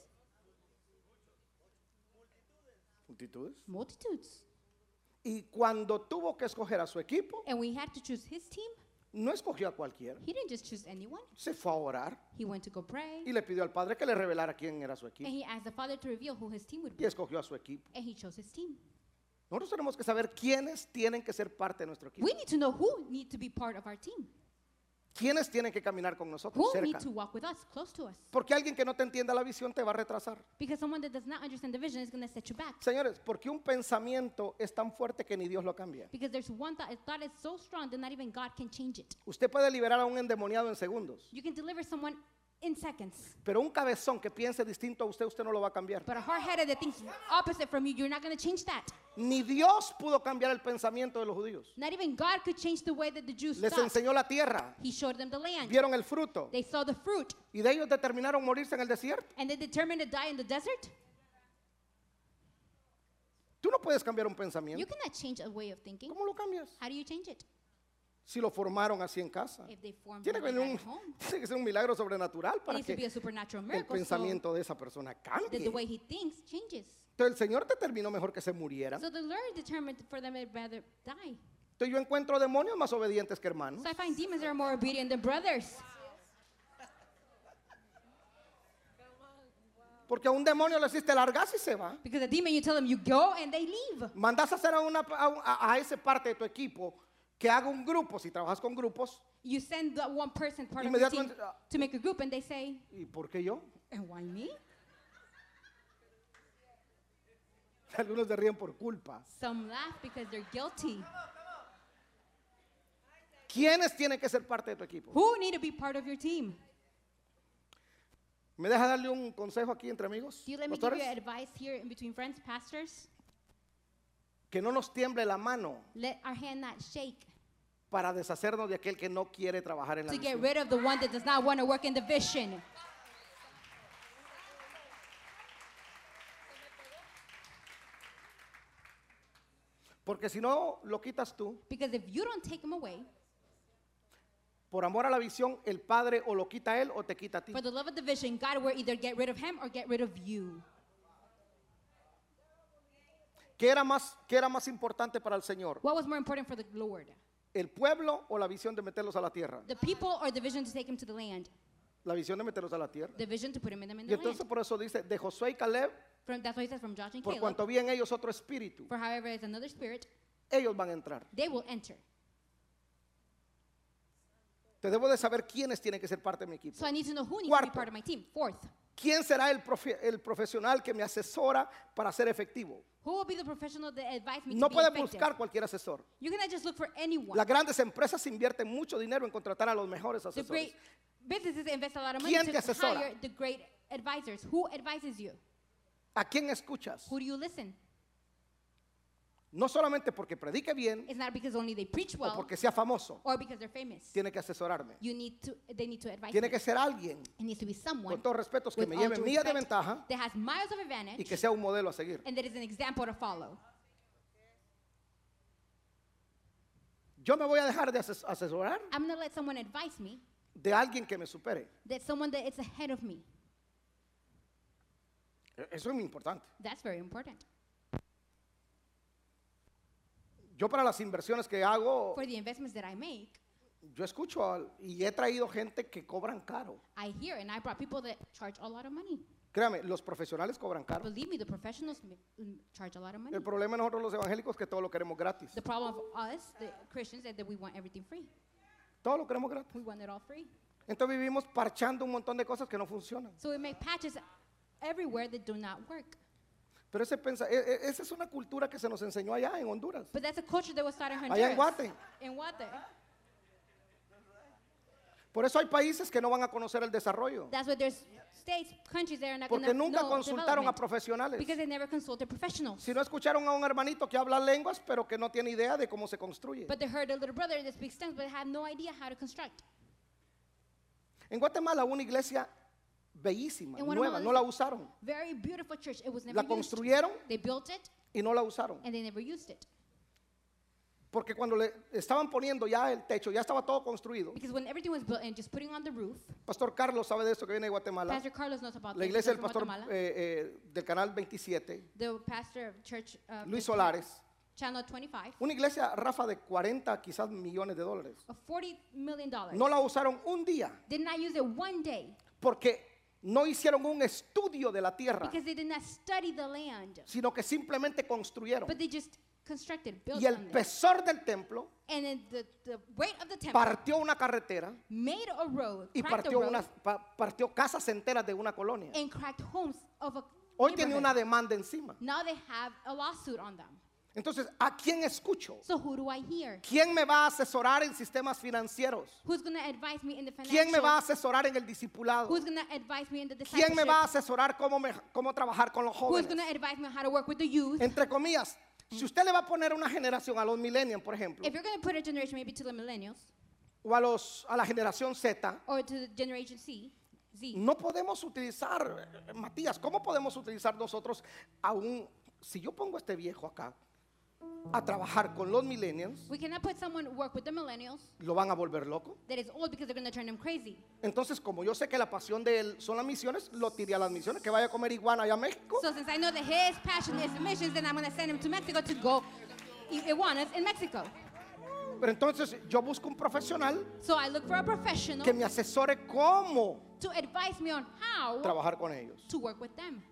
[SPEAKER 1] Multitudes.
[SPEAKER 2] Multitudes.
[SPEAKER 1] Y cuando tuvo que escoger a su equipo,
[SPEAKER 2] And we had to choose his team.
[SPEAKER 1] no escogió a cualquiera.
[SPEAKER 2] He didn't just choose anyone.
[SPEAKER 1] Se fue a orar
[SPEAKER 2] He went to go pray.
[SPEAKER 1] y le pidió al Padre que le revelara quién era su
[SPEAKER 2] And
[SPEAKER 1] equipo.
[SPEAKER 2] he asked the Father to reveal who his team would
[SPEAKER 1] Y
[SPEAKER 2] be.
[SPEAKER 1] escogió a su equipo.
[SPEAKER 2] And he chose his team.
[SPEAKER 1] Nosotros tenemos que saber quiénes tienen que ser parte de nuestro equipo.
[SPEAKER 2] We need to know who need to be part of our team.
[SPEAKER 1] ¿Quiénes tienen que caminar con nosotros
[SPEAKER 2] Who
[SPEAKER 1] cerca?
[SPEAKER 2] need to walk with us, close to us.
[SPEAKER 1] Porque alguien que no te entienda la visión te va a retrasar.
[SPEAKER 2] Because someone that does not understand the vision is going to set you back.
[SPEAKER 1] Señores, porque un pensamiento es tan fuerte que ni Dios lo cambia.
[SPEAKER 2] Because there's one thought, a thought is so strong that not even God can change it.
[SPEAKER 1] Usted puede liberar a un endemoniado en segundos,
[SPEAKER 2] You can deliver someone in seconds.
[SPEAKER 1] pero un cabezón que piense distinto a usted, usted no lo va a cambiar.
[SPEAKER 2] But a hard headed that thinks opposite from you, you're not going to change that.
[SPEAKER 1] Ni Dios pudo cambiar el pensamiento de los judíos.
[SPEAKER 2] Not even God could change the way that the Jews
[SPEAKER 1] Les
[SPEAKER 2] thought.
[SPEAKER 1] enseñó la tierra,
[SPEAKER 2] He showed them the land.
[SPEAKER 1] vieron el fruto
[SPEAKER 2] They saw the fruit
[SPEAKER 1] y de ellos determinaron morirse en el desierto.
[SPEAKER 2] and they determined to die in the desert.
[SPEAKER 1] Tú no puedes cambiar un
[SPEAKER 2] You
[SPEAKER 1] pensamiento.
[SPEAKER 2] cannot change a way of thinking.
[SPEAKER 1] ¿Cómo lo cambias?
[SPEAKER 2] How do you change it?
[SPEAKER 1] Si lo formaron así en casa.
[SPEAKER 2] If they formed
[SPEAKER 1] Uh, Tiene que,
[SPEAKER 2] it
[SPEAKER 1] venir
[SPEAKER 2] at
[SPEAKER 1] un,
[SPEAKER 2] home,
[SPEAKER 1] tiene que ser un milagro sobrenatural
[SPEAKER 2] it
[SPEAKER 1] para
[SPEAKER 2] needs to be
[SPEAKER 1] que
[SPEAKER 2] a supernatural
[SPEAKER 1] el
[SPEAKER 2] miracle so
[SPEAKER 1] pensamiento de esa persona
[SPEAKER 2] that
[SPEAKER 1] cambie.
[SPEAKER 2] the way he thinks changes.
[SPEAKER 1] Entonces el Señor determinó mejor que se muriera.
[SPEAKER 2] So the Lord determined for them they'd rather die.
[SPEAKER 1] Entonces yo encuentro demonios más obedientes que hermanos.
[SPEAKER 2] So I find demons are more obedient than brothers.
[SPEAKER 1] Porque a un demonio le hiciste largas y se va.
[SPEAKER 2] Because a demon, you tell them you go and they leave.
[SPEAKER 1] Mandas a hacer a, una, a, a- a ese parte de tu equipo que haga un grupo, si trabajas con grupos,
[SPEAKER 2] You send the one person part of the team
[SPEAKER 1] Inmediatamente, ah.
[SPEAKER 2] to make a group, and they say,
[SPEAKER 1] ¿y por qué yo?
[SPEAKER 2] "And why me?"
[SPEAKER 1] Algunos se ríen por culpa.
[SPEAKER 2] Some laugh because they're guilty.
[SPEAKER 1] ¿Quiénes tienen que ser parte de tu equipo?
[SPEAKER 2] Who need to be part of your team?
[SPEAKER 1] ¿Me deja darle un consejo aquí entre amigos?
[SPEAKER 2] Do you let me give
[SPEAKER 1] pastores?
[SPEAKER 2] you advice here in between friends, pastors?
[SPEAKER 1] Que no nos tiemble la mano
[SPEAKER 2] Let our hand not shake
[SPEAKER 1] para deshacernos de aquel que no quiere trabajar en la
[SPEAKER 2] to get
[SPEAKER 1] misión.
[SPEAKER 2] rid of the one that does not want to work in the vision.
[SPEAKER 1] Porque si no lo quitas tú,
[SPEAKER 2] Because if you don't take him away,
[SPEAKER 1] por amor a la visión, el padre o lo quita él o te quita a ti.
[SPEAKER 2] for the love of the vision, God will either get rid of him or get rid of you.
[SPEAKER 1] ¿Qué era más, qué era más importante para el Señor?
[SPEAKER 2] What was more important for the Lord?
[SPEAKER 1] ¿El pueblo o la visión de meterlos a la tierra?
[SPEAKER 2] The people or the vision to take him to the land?
[SPEAKER 1] La visión de meterlos a la tierra.
[SPEAKER 2] The vision to put him in the, in
[SPEAKER 1] Y
[SPEAKER 2] the land.
[SPEAKER 1] entonces por eso dice, de Josué y Caleb,
[SPEAKER 2] From, that's why he says from Joshua and
[SPEAKER 1] por
[SPEAKER 2] Caleb.
[SPEAKER 1] cuanto vi en ellos otro espíritu,
[SPEAKER 2] For however is another spirit,
[SPEAKER 1] ellos van a entrar.
[SPEAKER 2] they will enter.
[SPEAKER 1] Te debo de saber quiénes tienen que ser parte de mi equipo.
[SPEAKER 2] So I need to know who needs to
[SPEAKER 1] Cuarto.
[SPEAKER 2] be part of my team. Fourth,
[SPEAKER 1] ¿Quién será el, profe- el profesional que me asesora para ser efectivo?
[SPEAKER 2] who will be the professional that advised me
[SPEAKER 1] No
[SPEAKER 2] to be
[SPEAKER 1] puedes
[SPEAKER 2] effective?
[SPEAKER 1] buscar cualquier asesor.
[SPEAKER 2] You cannot just look for anyone.
[SPEAKER 1] Las grandes empresas invierten mucho dinero en contratar a los mejores
[SPEAKER 2] the
[SPEAKER 1] asesores.
[SPEAKER 2] great businesses invest a lot of money
[SPEAKER 1] ¿Quién
[SPEAKER 2] to
[SPEAKER 1] te asesora?
[SPEAKER 2] hire the great advisors. Who advises you?
[SPEAKER 1] ¿A quién escuchas?
[SPEAKER 2] Who do you listen?
[SPEAKER 1] No solamente porque predique bien
[SPEAKER 2] It's not because only they preach
[SPEAKER 1] o
[SPEAKER 2] well
[SPEAKER 1] porque sea famoso,
[SPEAKER 2] or because they're famous.
[SPEAKER 1] tiene que asesorarme.
[SPEAKER 2] You need to, they need to advise
[SPEAKER 1] Tiene
[SPEAKER 2] me.
[SPEAKER 1] que ser alguien,
[SPEAKER 2] It needs to be someone
[SPEAKER 1] con todo respeto, que
[SPEAKER 2] with
[SPEAKER 1] me
[SPEAKER 2] all
[SPEAKER 1] lleve
[SPEAKER 2] due
[SPEAKER 1] millas de
[SPEAKER 2] pues, respect
[SPEAKER 1] ventaja
[SPEAKER 2] that has miles of
[SPEAKER 1] y
[SPEAKER 2] advantage
[SPEAKER 1] que sea un modelo a seguir.
[SPEAKER 2] and that is an example to follow.
[SPEAKER 1] Yo me voy a dejar de ases- asesorar
[SPEAKER 2] I'm going to let someone advise me
[SPEAKER 1] de alguien que me supere.
[SPEAKER 2] that someone that is ahead of me.
[SPEAKER 1] E- Eso es muy importante.
[SPEAKER 2] That's very important.
[SPEAKER 1] Yo para las inversiones que hago,
[SPEAKER 2] For the investments that I make,
[SPEAKER 1] yo escucho al- y he traído gente que cobran caro.
[SPEAKER 2] I hear and I brought people that charge a lot of money.
[SPEAKER 1] Créame, los profesionales cobran caro.
[SPEAKER 2] Believe me, the professionals m- mm, charge a lot of money.
[SPEAKER 1] El problema de nosotros los evangélicos es que todo lo queremos gratis.
[SPEAKER 2] The problem of us, the Christians, is that we want everything free.
[SPEAKER 1] Todo lo queremos gratis.
[SPEAKER 2] We want it all free.
[SPEAKER 1] Entonces vivimos parchando un montón de cosas que no funcionan.
[SPEAKER 2] So we make patches everywhere that do not work.
[SPEAKER 1] Pero ese pensa- e- e- esa es una cultura que se nos enseñó allá en Honduras.
[SPEAKER 2] But that's a culture that was started in
[SPEAKER 1] Allá en
[SPEAKER 2] Honduras.
[SPEAKER 1] Guate.
[SPEAKER 2] In Guate.
[SPEAKER 1] Por eso hay países que no van a conocer el desarrollo.
[SPEAKER 2] That's why there's states, countries that are not going
[SPEAKER 1] Porque
[SPEAKER 2] to
[SPEAKER 1] nunca
[SPEAKER 2] know
[SPEAKER 1] consultaron a
[SPEAKER 2] development
[SPEAKER 1] profesionales.
[SPEAKER 2] Because they never consulted professionals.
[SPEAKER 1] Si no escucharon a un hermanito que habla lenguas, pero que no tiene idea de cómo se construye.
[SPEAKER 2] But they heard a little brother that speaks tongues, but have no idea how to construct.
[SPEAKER 1] En Guatemala una iglesia bellísima,
[SPEAKER 2] En
[SPEAKER 1] nueva,
[SPEAKER 2] Guatemala
[SPEAKER 1] no la usaron.
[SPEAKER 2] Very beautiful church. It was never
[SPEAKER 1] La
[SPEAKER 2] used.
[SPEAKER 1] construyeron
[SPEAKER 2] They built it
[SPEAKER 1] y no la usaron.
[SPEAKER 2] and they never used it.
[SPEAKER 1] Porque cuando le estaban poniendo ya el techo, ya estaba todo construido.
[SPEAKER 2] Because when everything was built and just putting on the roof,
[SPEAKER 1] Pastor Carlos sabe de esto que viene de Guatemala.
[SPEAKER 2] Pastor Carlos knows about
[SPEAKER 1] La
[SPEAKER 2] this,
[SPEAKER 1] iglesia
[SPEAKER 2] he's
[SPEAKER 1] del
[SPEAKER 2] from
[SPEAKER 1] pastor
[SPEAKER 2] Guatemala.
[SPEAKER 1] eh, eh, del canal 27,
[SPEAKER 2] the pastor of church uh,
[SPEAKER 1] Luis
[SPEAKER 2] Christian
[SPEAKER 1] Solares.
[SPEAKER 2] Channel 25
[SPEAKER 1] Una iglesia, Rafa, de 40 quizás millones de dólares.
[SPEAKER 2] of 40 million dollars.
[SPEAKER 1] No la usaron un día
[SPEAKER 2] Did not use it one day
[SPEAKER 1] porque no hicieron un estudio de la tierra,
[SPEAKER 2] because they did not study the land,
[SPEAKER 1] sino que simplemente construyeron.
[SPEAKER 2] but they just constructed, built
[SPEAKER 1] Y
[SPEAKER 2] on
[SPEAKER 1] el
[SPEAKER 2] it.
[SPEAKER 1] pesor del templo
[SPEAKER 2] And then the, the weight of the temple
[SPEAKER 1] partió una carretera
[SPEAKER 2] made a road,
[SPEAKER 1] y
[SPEAKER 2] cracked a
[SPEAKER 1] partió,
[SPEAKER 2] road
[SPEAKER 1] unas, pa- partió casas enteras de una colonia.
[SPEAKER 2] and cracked homes of a
[SPEAKER 1] Hoy tiene una
[SPEAKER 2] neighborhood.
[SPEAKER 1] demanda encima.
[SPEAKER 2] Now they have a lawsuit on them.
[SPEAKER 1] Entonces, ¿a quién escucho?
[SPEAKER 2] So who do I hear?
[SPEAKER 1] ¿Quién me va a asesorar en sistemas financieros?
[SPEAKER 2] Who's going to advise me in the financial?
[SPEAKER 1] ¿Quién me va a asesorar en el discipulado?
[SPEAKER 2] Who's going to advise me in the discipleship?
[SPEAKER 1] ¿Quién me va a asesorar cómo, me- cómo trabajar con los
[SPEAKER 2] Who's
[SPEAKER 1] jóvenes?
[SPEAKER 2] going to advise me on how to work with the youth?
[SPEAKER 1] Entre comillas, si usted le va a poner una generación a los millennials, por ejemplo,
[SPEAKER 2] If you're going to put a generation maybe to the millennials
[SPEAKER 1] o a, los, a la generación Z,
[SPEAKER 2] or to the generation C, Z,
[SPEAKER 1] no podemos utilizar, eh, Matías, ¿cómo podemos utilizar nosotros a un, si yo pongo a este viejo acá a trabajar con los millennials,
[SPEAKER 2] we cannot put someone to work with the millennials
[SPEAKER 1] lo van a volver loco?
[SPEAKER 2] that is old because they're going to turn them crazy.
[SPEAKER 1] Entonces, como yo sé que la pasión de él son las misiones, lo tiré a las misiones, que vaya a comer iguana allá a México.
[SPEAKER 2] So since I know that his passion is the missions, then I'm going to send him to Mexico to go eat iguanas in Mexico.
[SPEAKER 1] Pero entonces yo busco un profesional
[SPEAKER 2] So I look for a professional
[SPEAKER 1] que me asesore cómo
[SPEAKER 2] to advise me on how
[SPEAKER 1] trabajar con ellos.
[SPEAKER 2] to work with them.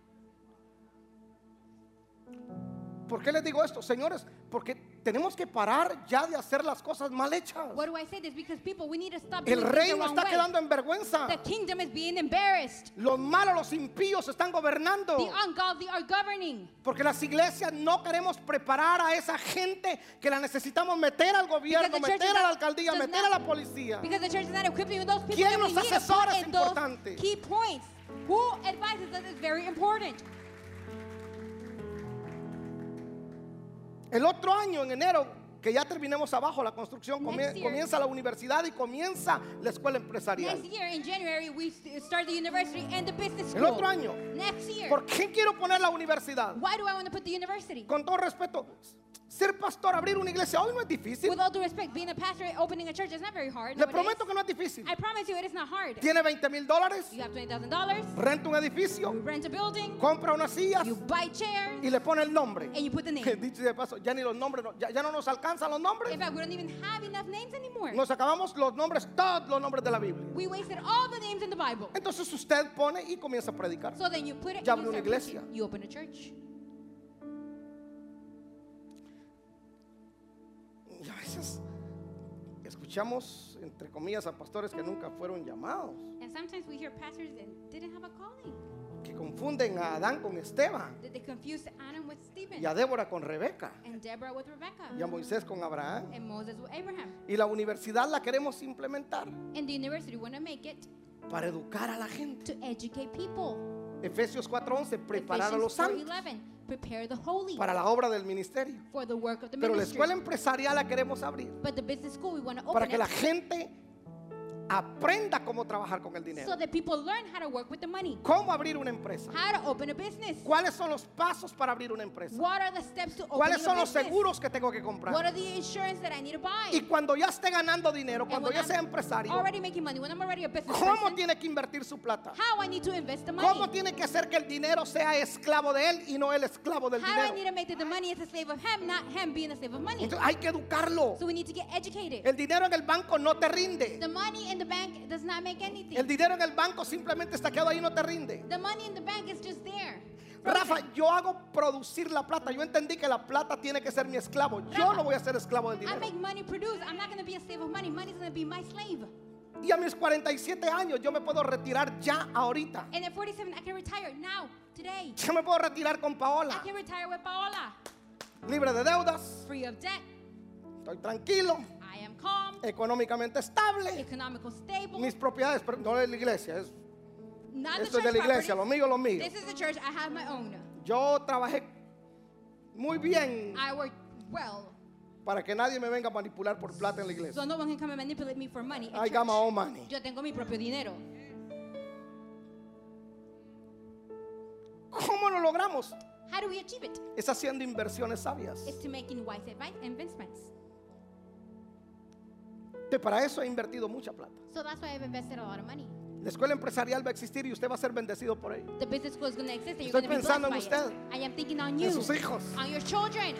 [SPEAKER 1] ¿Por qué les digo esto, señores? Porque Tenemos que parar ya de hacer las cosas mal hechas.
[SPEAKER 2] What do I say this? Because people, we need to stop
[SPEAKER 1] El
[SPEAKER 2] doing things
[SPEAKER 1] reino
[SPEAKER 2] the wrong
[SPEAKER 1] está
[SPEAKER 2] way.
[SPEAKER 1] quedando en vergüenza.
[SPEAKER 2] The kingdom is being embarrassed.
[SPEAKER 1] Los malos, los impíos están gobernando.
[SPEAKER 2] The ungodly are governing.
[SPEAKER 1] Porque las iglesias no queremos preparar a esa gente que la necesitamos meter al gobierno,
[SPEAKER 2] Because the church
[SPEAKER 1] meter
[SPEAKER 2] is
[SPEAKER 1] a la
[SPEAKER 2] not-
[SPEAKER 1] alcaldía,
[SPEAKER 2] does
[SPEAKER 1] meter
[SPEAKER 2] not-
[SPEAKER 1] a la policía.
[SPEAKER 2] Because the church is not equipping with those people
[SPEAKER 1] ¿Quién
[SPEAKER 2] that we
[SPEAKER 1] nos
[SPEAKER 2] need to
[SPEAKER 1] asesora
[SPEAKER 2] put
[SPEAKER 1] es
[SPEAKER 2] in
[SPEAKER 1] importante?
[SPEAKER 2] those key points. Who advises us is very important.
[SPEAKER 1] El otro año, en enero, que ya terminemos abajo la construcción, comie-
[SPEAKER 2] Next year.
[SPEAKER 1] comienza la universidad y comienza la escuela empresarial.
[SPEAKER 2] Next year in January we s- start the university and the business
[SPEAKER 1] El
[SPEAKER 2] school.
[SPEAKER 1] otro año.
[SPEAKER 2] Next year.
[SPEAKER 1] ¿Por qué quiero poner la universidad?
[SPEAKER 2] Why do I want to put the university?
[SPEAKER 1] Con todo respeto, ser pastor, abrir una iglesia hoy no es difícil.
[SPEAKER 2] With all due respect, being a pastor and opening a church is not very hard.
[SPEAKER 1] Le
[SPEAKER 2] nowadays.
[SPEAKER 1] prometo que no es difícil.
[SPEAKER 2] I promise you it is not hard.
[SPEAKER 1] Tiene 20 mil dólares,
[SPEAKER 2] You have twenty thousand dollars,
[SPEAKER 1] renta un
[SPEAKER 2] you
[SPEAKER 1] edificio,
[SPEAKER 2] rent a building,
[SPEAKER 1] compra unas sillas
[SPEAKER 2] you buy chairs,
[SPEAKER 1] y le pone el nombre.
[SPEAKER 2] and you put the name.
[SPEAKER 1] Que dicho sea de paso, ya ni los nombres, no- ya, ya no nos alcanzan los nombres.
[SPEAKER 2] In fact, we don't even have enough names anymore.
[SPEAKER 1] Nos acabamos los nombres, todos los nombres de la Biblia.
[SPEAKER 2] We wasted all the names in the Bible.
[SPEAKER 1] Entonces usted pone y comienza a predicar.
[SPEAKER 2] So then you put it
[SPEAKER 1] Ya
[SPEAKER 2] you
[SPEAKER 1] abrió una
[SPEAKER 2] start
[SPEAKER 1] iglesia.
[SPEAKER 2] preaching. You open a church.
[SPEAKER 1] Y a veces escuchamos, entre comillas, a pastores que nunca fueron llamados,
[SPEAKER 2] And sometimes we hear pastors that didn't have a calling.
[SPEAKER 1] que confunden a Adán con Esteban
[SPEAKER 2] That they confused Adam with Stephen
[SPEAKER 1] y a Débora con Rebeca
[SPEAKER 2] and Deborah with Rebecca
[SPEAKER 1] y a Moisés con Abraham.
[SPEAKER 2] and Moses with Abraham.
[SPEAKER 1] Y la universidad la queremos implementar
[SPEAKER 2] And the university want to make it
[SPEAKER 1] para educar a la gente.
[SPEAKER 2] to educate people.
[SPEAKER 1] Efesios 4:11, preparar a
[SPEAKER 2] Ephesians
[SPEAKER 1] los santos
[SPEAKER 2] 4:11, prepare the holy
[SPEAKER 1] para la obra del ministerio.
[SPEAKER 2] for the work of the
[SPEAKER 1] Pero la
[SPEAKER 2] ministry.
[SPEAKER 1] escuela empresarial la queremos abrir
[SPEAKER 2] but the business school we want to
[SPEAKER 1] para
[SPEAKER 2] open
[SPEAKER 1] que
[SPEAKER 2] it
[SPEAKER 1] la gente aprenda cómo trabajar con el
[SPEAKER 2] so
[SPEAKER 1] dinero,
[SPEAKER 2] that people learn how to work with the money,
[SPEAKER 1] cómo abrir una empresa,
[SPEAKER 2] how to open a business.
[SPEAKER 1] cuáles son los pasos para abrir una empresa,
[SPEAKER 2] What are the steps to open a
[SPEAKER 1] cuáles son los
[SPEAKER 2] business?
[SPEAKER 1] seguros que tengo que
[SPEAKER 2] What
[SPEAKER 1] comprar.
[SPEAKER 2] are the insurance that I need to buy?
[SPEAKER 1] Y cuando ya esté ganando dinero,
[SPEAKER 2] And
[SPEAKER 1] cuando
[SPEAKER 2] when
[SPEAKER 1] ya
[SPEAKER 2] I'm
[SPEAKER 1] sea empresario,
[SPEAKER 2] Already making money when I'm already a business
[SPEAKER 1] ¿cómo
[SPEAKER 2] person,
[SPEAKER 1] tiene que invertir su plata?
[SPEAKER 2] How I need to invest the money?
[SPEAKER 1] ¿Cómo tiene que hacer que el dinero sea esclavo de él y no el esclavo del
[SPEAKER 2] How I need
[SPEAKER 1] dinero?
[SPEAKER 2] to make that the money is a slave of him, not him being a slave of money?
[SPEAKER 1] Entonces, hay que educarlo.
[SPEAKER 2] So we need to get educated.
[SPEAKER 1] El dinero en el banco no te rinde.
[SPEAKER 2] The money in the bank does not make anything.
[SPEAKER 1] El dinero en el banco simplemente está quedado ahí y no te rinde.
[SPEAKER 2] the money in the bank is just there.
[SPEAKER 1] Rafa, yo hago producir la plata. Yo entendí que la plata tiene que ser mi esclavo. Yo
[SPEAKER 2] Rafa,
[SPEAKER 1] no voy a ser esclavo del
[SPEAKER 2] I make
[SPEAKER 1] dinero.
[SPEAKER 2] money produce. I'm not going to be a slave of money. Money's going to be my slave.
[SPEAKER 1] Y a mis 47 años yo me puedo retirar ya ahorita.
[SPEAKER 2] And at 47, I can retire now, today.
[SPEAKER 1] Yo me puedo retirar con
[SPEAKER 2] I
[SPEAKER 1] Paola,
[SPEAKER 2] can retire with Paola,
[SPEAKER 1] libre de deudas,
[SPEAKER 2] free of debt.
[SPEAKER 1] estoy tranquilo,
[SPEAKER 2] I am calm,
[SPEAKER 1] económicamente estable.
[SPEAKER 2] economical stable.
[SPEAKER 1] Mis propiedades, pero no es la iglesia, es-
[SPEAKER 2] not
[SPEAKER 1] esto
[SPEAKER 2] the
[SPEAKER 1] es de
[SPEAKER 2] church
[SPEAKER 1] la iglesia, lo
[SPEAKER 2] properties.
[SPEAKER 1] mío, lo mío.
[SPEAKER 2] This is the church. I have my own.
[SPEAKER 1] Yo trabajé muy bien
[SPEAKER 2] I work well,
[SPEAKER 1] para que nadie me venga a manipular por plata en la
[SPEAKER 2] so
[SPEAKER 1] iglesia.
[SPEAKER 2] no one can come and manipulate me for money. at
[SPEAKER 1] I got my
[SPEAKER 2] church.
[SPEAKER 1] own money.
[SPEAKER 2] Yo tengo mi propio dinero.
[SPEAKER 1] ¿Cómo lo logramos?
[SPEAKER 2] How do we achieve it?
[SPEAKER 1] Es haciendo inversiones sabias.
[SPEAKER 2] It's to making wise advice investments.
[SPEAKER 1] Que para eso he invertido mucha plata.
[SPEAKER 2] So that's why I've invested a lot of money.
[SPEAKER 1] La escuela empresarial va a existir y usted va a ser bendecido por ello.
[SPEAKER 2] The business school is going to exist, and you're
[SPEAKER 1] Estoy
[SPEAKER 2] going to be blessed
[SPEAKER 1] pensando
[SPEAKER 2] by
[SPEAKER 1] en
[SPEAKER 2] it.
[SPEAKER 1] usted.
[SPEAKER 2] I am thinking on
[SPEAKER 1] En
[SPEAKER 2] you,
[SPEAKER 1] sus hijos.
[SPEAKER 2] on your children,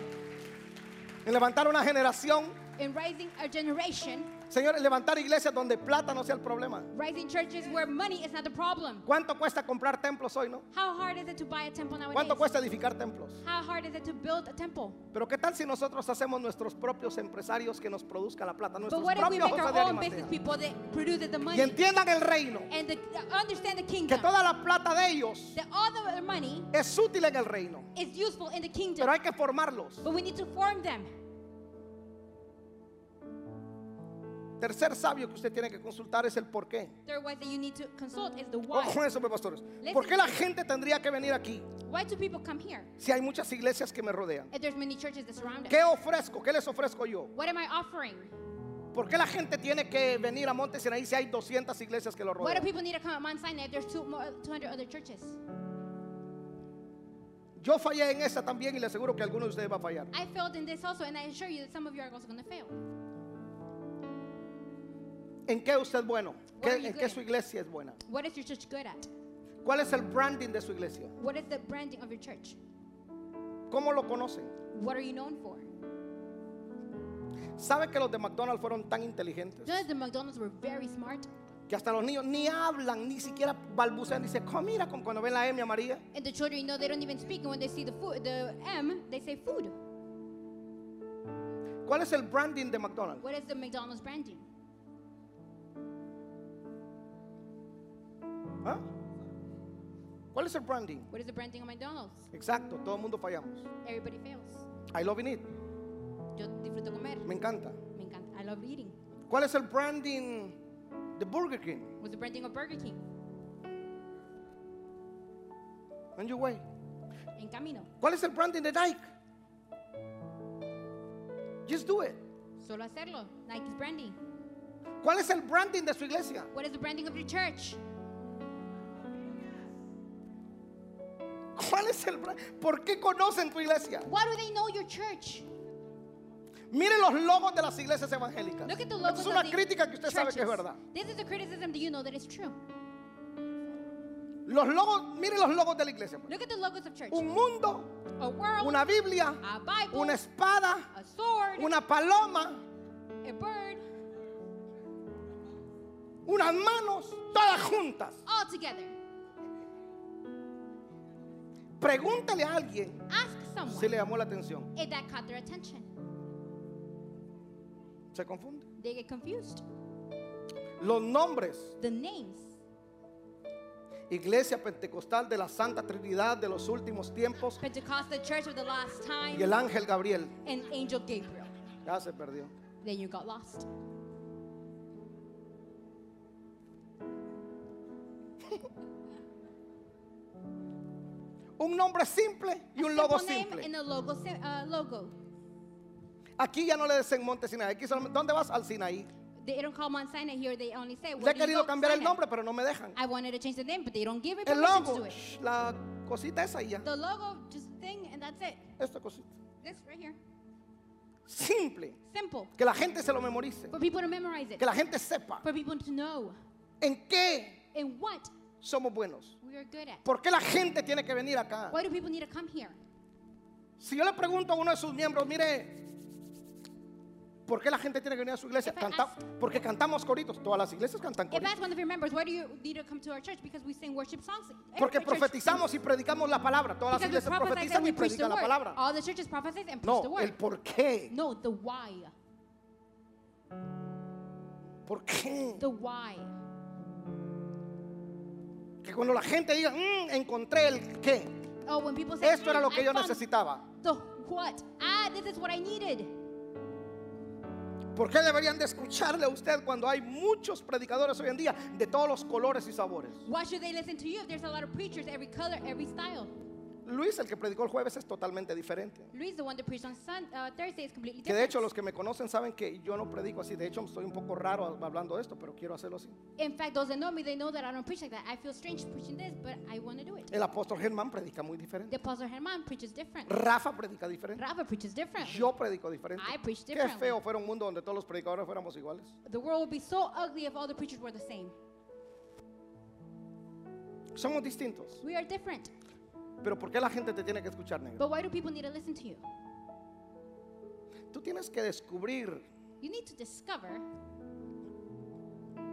[SPEAKER 1] En levantar una generación,
[SPEAKER 2] in raising a generation,
[SPEAKER 1] señores, levantar iglesias donde plata no sea el problema.
[SPEAKER 2] raising churches where money is not the problem.
[SPEAKER 1] ¿Cuánto cuesta comprar templos hoy, no?
[SPEAKER 2] How hard is it to buy a temple
[SPEAKER 1] ¿Cuánto
[SPEAKER 2] nowadays?
[SPEAKER 1] cuesta edificar templos?
[SPEAKER 2] How hard is it to build a temple?
[SPEAKER 1] Pero qué tal si nosotros hacemos nuestros propios empresarios que nos produzca la plata,
[SPEAKER 2] But
[SPEAKER 1] nuestros
[SPEAKER 2] Pues what if we
[SPEAKER 1] propios José
[SPEAKER 2] make our
[SPEAKER 1] de
[SPEAKER 2] own
[SPEAKER 1] Arimatea?
[SPEAKER 2] business people that produce
[SPEAKER 1] Y
[SPEAKER 2] the money
[SPEAKER 1] entiendan el reino,
[SPEAKER 2] and the, uh, understand the
[SPEAKER 1] que
[SPEAKER 2] kingdom?
[SPEAKER 1] toda la plata de ellos
[SPEAKER 2] That all the other money
[SPEAKER 1] es útil en el reino,
[SPEAKER 2] is useful in the kingdom,
[SPEAKER 1] pero hay que formarlos.
[SPEAKER 2] but we need to form them.
[SPEAKER 1] Tercer sabio que usted tiene que consultar es el por qué.
[SPEAKER 2] Third wise that you need to consult is the why.
[SPEAKER 1] Ojo con eso, pues, pastores. ¿Por qué la gente tendría que venir aquí
[SPEAKER 2] Why do people come here?
[SPEAKER 1] si hay muchas iglesias que me rodean?
[SPEAKER 2] If there's many churches that surround us.
[SPEAKER 1] ¿Qué ofrezco? ¿Qué les ofrezco yo?
[SPEAKER 2] What am I offering?
[SPEAKER 1] ¿Por qué la gente tiene que venir a Monte Sinaí si hay 200 iglesias que lo
[SPEAKER 2] Why do
[SPEAKER 1] rodean?
[SPEAKER 2] people need to come at Mount Sinai if there's two more, 200 other churches?
[SPEAKER 1] Yo fallé en esa también y le aseguro que alguno de ustedes va a fallar.
[SPEAKER 2] I failed in this also, and I assure you that some of you are also going to fail.
[SPEAKER 1] ¿En qué usted es bueno? ¿Qué-
[SPEAKER 2] Where are you
[SPEAKER 1] ¿En qué
[SPEAKER 2] good?
[SPEAKER 1] su iglesia es buena?
[SPEAKER 2] What is your church good at?
[SPEAKER 1] ¿Cuál es el branding de su iglesia?
[SPEAKER 2] What is the branding of your church?
[SPEAKER 1] ¿Cómo lo conocen?
[SPEAKER 2] What are you known for?
[SPEAKER 1] ¿Sabe que los de McDonald's fueron tan inteligentes
[SPEAKER 2] None of the McDonald's were very smart,
[SPEAKER 1] que hasta los niños ni hablan, ni siquiera balbucean? Dicen, comida con cuando ven la M amarilla.
[SPEAKER 2] and the children, you know, they don't even speak, and when they see the food, the M, they say food.
[SPEAKER 1] ¿Cuál es el branding de McDonald's?
[SPEAKER 2] What is the McDonald's branding?
[SPEAKER 1] ¿Ah? ¿Cuál es el branding?
[SPEAKER 2] What is the branding of McDonald's?
[SPEAKER 1] Exacto, todo el mundo fallamos.
[SPEAKER 2] Everybody fails.
[SPEAKER 1] I love it.
[SPEAKER 2] Yo disfruto comer.
[SPEAKER 1] Me encanta.
[SPEAKER 2] Me encanta. I love eating.
[SPEAKER 1] ¿Cuál es el branding de Burger King?
[SPEAKER 2] What's the branding of Burger King?
[SPEAKER 1] On your way.
[SPEAKER 2] En camino.
[SPEAKER 1] ¿Cuál es el branding de Nike? Just do it.
[SPEAKER 2] Solo hacerlo. Nike's branding.
[SPEAKER 1] ¿Cuál es el branding de su iglesia?
[SPEAKER 2] What is the branding of your church?
[SPEAKER 1] ¿Cuál es el bra- ¿Por qué conocen tu iglesia?
[SPEAKER 2] Why do they know your church?
[SPEAKER 1] Miren los logos de las iglesias evangélicas.
[SPEAKER 2] Look at
[SPEAKER 1] Esta
[SPEAKER 2] the logos
[SPEAKER 1] es una
[SPEAKER 2] of the
[SPEAKER 1] crítica que usted sabe que es
[SPEAKER 2] churches.
[SPEAKER 1] verdad.
[SPEAKER 2] This is a criticism that you know that is true.
[SPEAKER 1] Los logos, miren los logos de la iglesia. pues.
[SPEAKER 2] Look at the logos of church.
[SPEAKER 1] Un mundo,
[SPEAKER 2] A world,
[SPEAKER 1] una Biblia,
[SPEAKER 2] a Bible,
[SPEAKER 1] una espada,
[SPEAKER 2] a sword,
[SPEAKER 1] una paloma,
[SPEAKER 2] a bird,
[SPEAKER 1] unas manos, todas juntas.
[SPEAKER 2] all together.
[SPEAKER 1] Pregúntale a alguien
[SPEAKER 2] Ask someone
[SPEAKER 1] si le llamó la atención.
[SPEAKER 2] if that caught their attention.
[SPEAKER 1] Se confunde.
[SPEAKER 2] They get confused.
[SPEAKER 1] Los nombres.
[SPEAKER 2] The names.
[SPEAKER 1] Iglesia Pentecostal de la Santa Trinidad de los últimos tiempos
[SPEAKER 2] Pentecostal Church of the Last Time
[SPEAKER 1] y el ángel Gabriel.
[SPEAKER 2] and Angel Gabriel.
[SPEAKER 1] Ya se perdió.
[SPEAKER 2] Then you got lost.
[SPEAKER 1] Un nombre simple y un
[SPEAKER 2] Simple
[SPEAKER 1] logo
[SPEAKER 2] name
[SPEAKER 1] simple.
[SPEAKER 2] and a logo. sim- uh, logo.
[SPEAKER 1] Aquí ya no le dicen Monte Sinaí. Aquí solamente- ¿Dónde vas? Al Sinaí.
[SPEAKER 2] They don't call Mount Sinai here. They only say.
[SPEAKER 1] Le he
[SPEAKER 2] "Where do you
[SPEAKER 1] querido
[SPEAKER 2] go,
[SPEAKER 1] cambiar el
[SPEAKER 2] Sinai?"
[SPEAKER 1] nombre, pero no me dejan.
[SPEAKER 2] I wanted to change the name, but they don't give me
[SPEAKER 1] El
[SPEAKER 2] permission to do
[SPEAKER 1] logo,
[SPEAKER 2] it.
[SPEAKER 1] shh, la cosita esa y ya.
[SPEAKER 2] The logo, just thing, and that's it.
[SPEAKER 1] Esta cosita.
[SPEAKER 2] This right here.
[SPEAKER 1] Simple.
[SPEAKER 2] Simple.
[SPEAKER 1] Que la gente se lo memorice.
[SPEAKER 2] For people to memorize it.
[SPEAKER 1] Que la gente sepa
[SPEAKER 2] For people to know
[SPEAKER 1] en qué
[SPEAKER 2] in what
[SPEAKER 1] somos buenos.
[SPEAKER 2] we are good at.
[SPEAKER 1] ¿Por qué la gente tiene que venir acá?
[SPEAKER 2] Why do people need to come here?
[SPEAKER 1] Si yo le pregunto a uno de sus miembros, mire, ¿por qué la gente tiene que venir a su iglesia?
[SPEAKER 2] If I
[SPEAKER 1] Canta-
[SPEAKER 2] ask-
[SPEAKER 1] porque cantamos coritos, todas las iglesias cantan
[SPEAKER 2] If
[SPEAKER 1] coritos.
[SPEAKER 2] that's one of your members, why do you need to come to our church? Because we sing worship songs. Every
[SPEAKER 1] Porque
[SPEAKER 2] church-
[SPEAKER 1] profetizamos y predicamos la palabra, todas las
[SPEAKER 2] Because we
[SPEAKER 1] iglesias
[SPEAKER 2] prophesize and
[SPEAKER 1] profetizan
[SPEAKER 2] we
[SPEAKER 1] y
[SPEAKER 2] preach the
[SPEAKER 1] predican la
[SPEAKER 2] word.
[SPEAKER 1] palabra.
[SPEAKER 2] All the churches prophesize and preach the
[SPEAKER 1] No, el
[SPEAKER 2] word.
[SPEAKER 1] por qué.
[SPEAKER 2] No, the why.
[SPEAKER 1] ¿Por qué?
[SPEAKER 2] The why.
[SPEAKER 1] Que cuando la gente diga, "Mm, encontré el qué,
[SPEAKER 2] Oh, when people say,
[SPEAKER 1] esto era
[SPEAKER 2] "Mm,
[SPEAKER 1] lo que
[SPEAKER 2] I
[SPEAKER 1] yo
[SPEAKER 2] found
[SPEAKER 1] necesitaba.
[SPEAKER 2] The what? Ah, this is what I needed.
[SPEAKER 1] ¿Por qué deberían de escucharle a usted cuando hay muchos predicadores hoy en día de todos los colores y sabores?
[SPEAKER 2] Why should they listen to you if there's a lot of preachers, every color, every style?
[SPEAKER 1] Luis, el que predicó el jueves, es totalmente diferente.
[SPEAKER 2] Luis, the one that preached on Sun, uh, Thursday, is completely
[SPEAKER 1] Que de
[SPEAKER 2] different.
[SPEAKER 1] hecho los que me conocen saben que yo no predico así. De hecho, estoy un poco raro hablando de esto, pero quiero hacerlo así.
[SPEAKER 2] In fact, those that know me, they know that I don't preach like that. I feel strange preaching this, but I want to do it.
[SPEAKER 1] El apóstol Germán predica muy
[SPEAKER 2] The
[SPEAKER 1] diferente.
[SPEAKER 2] Apostle Herman preaches different.
[SPEAKER 1] Rafa predica diferente.
[SPEAKER 2] Rafa pues, preaches different.
[SPEAKER 1] Yo predico diferente.
[SPEAKER 2] I preach
[SPEAKER 1] Qué
[SPEAKER 2] differently.
[SPEAKER 1] feo fuera un mundo donde todos los predicadores fuéramos iguales.
[SPEAKER 2] The world would be so ugly if all the preachers were the same.
[SPEAKER 1] Somos distintos.
[SPEAKER 2] We are different.
[SPEAKER 1] Pero ¿por qué la gente te tiene que escuchar, negro?
[SPEAKER 2] But why do people need to listen to you?
[SPEAKER 1] Tú tienes que descubrir
[SPEAKER 2] You need to discover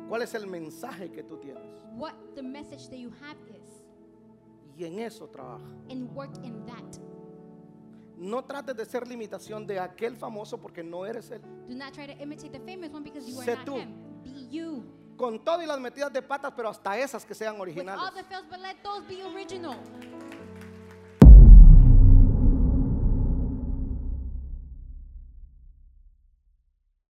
[SPEAKER 1] cuál es el mensaje que tú tienes.
[SPEAKER 2] what the message that you have is
[SPEAKER 1] Y en eso trabaja.
[SPEAKER 2] and work in that.
[SPEAKER 1] No trates de ser limitación de aquel famoso porque no eres él.
[SPEAKER 2] Do not try to imitate the famous one because you are
[SPEAKER 1] Sé
[SPEAKER 2] not
[SPEAKER 1] tú.
[SPEAKER 2] him. Be you.
[SPEAKER 1] Con todo y las metidas de patas, pero hasta esas que sean
[SPEAKER 2] With all
[SPEAKER 1] originales.
[SPEAKER 2] the fails, but let those be original.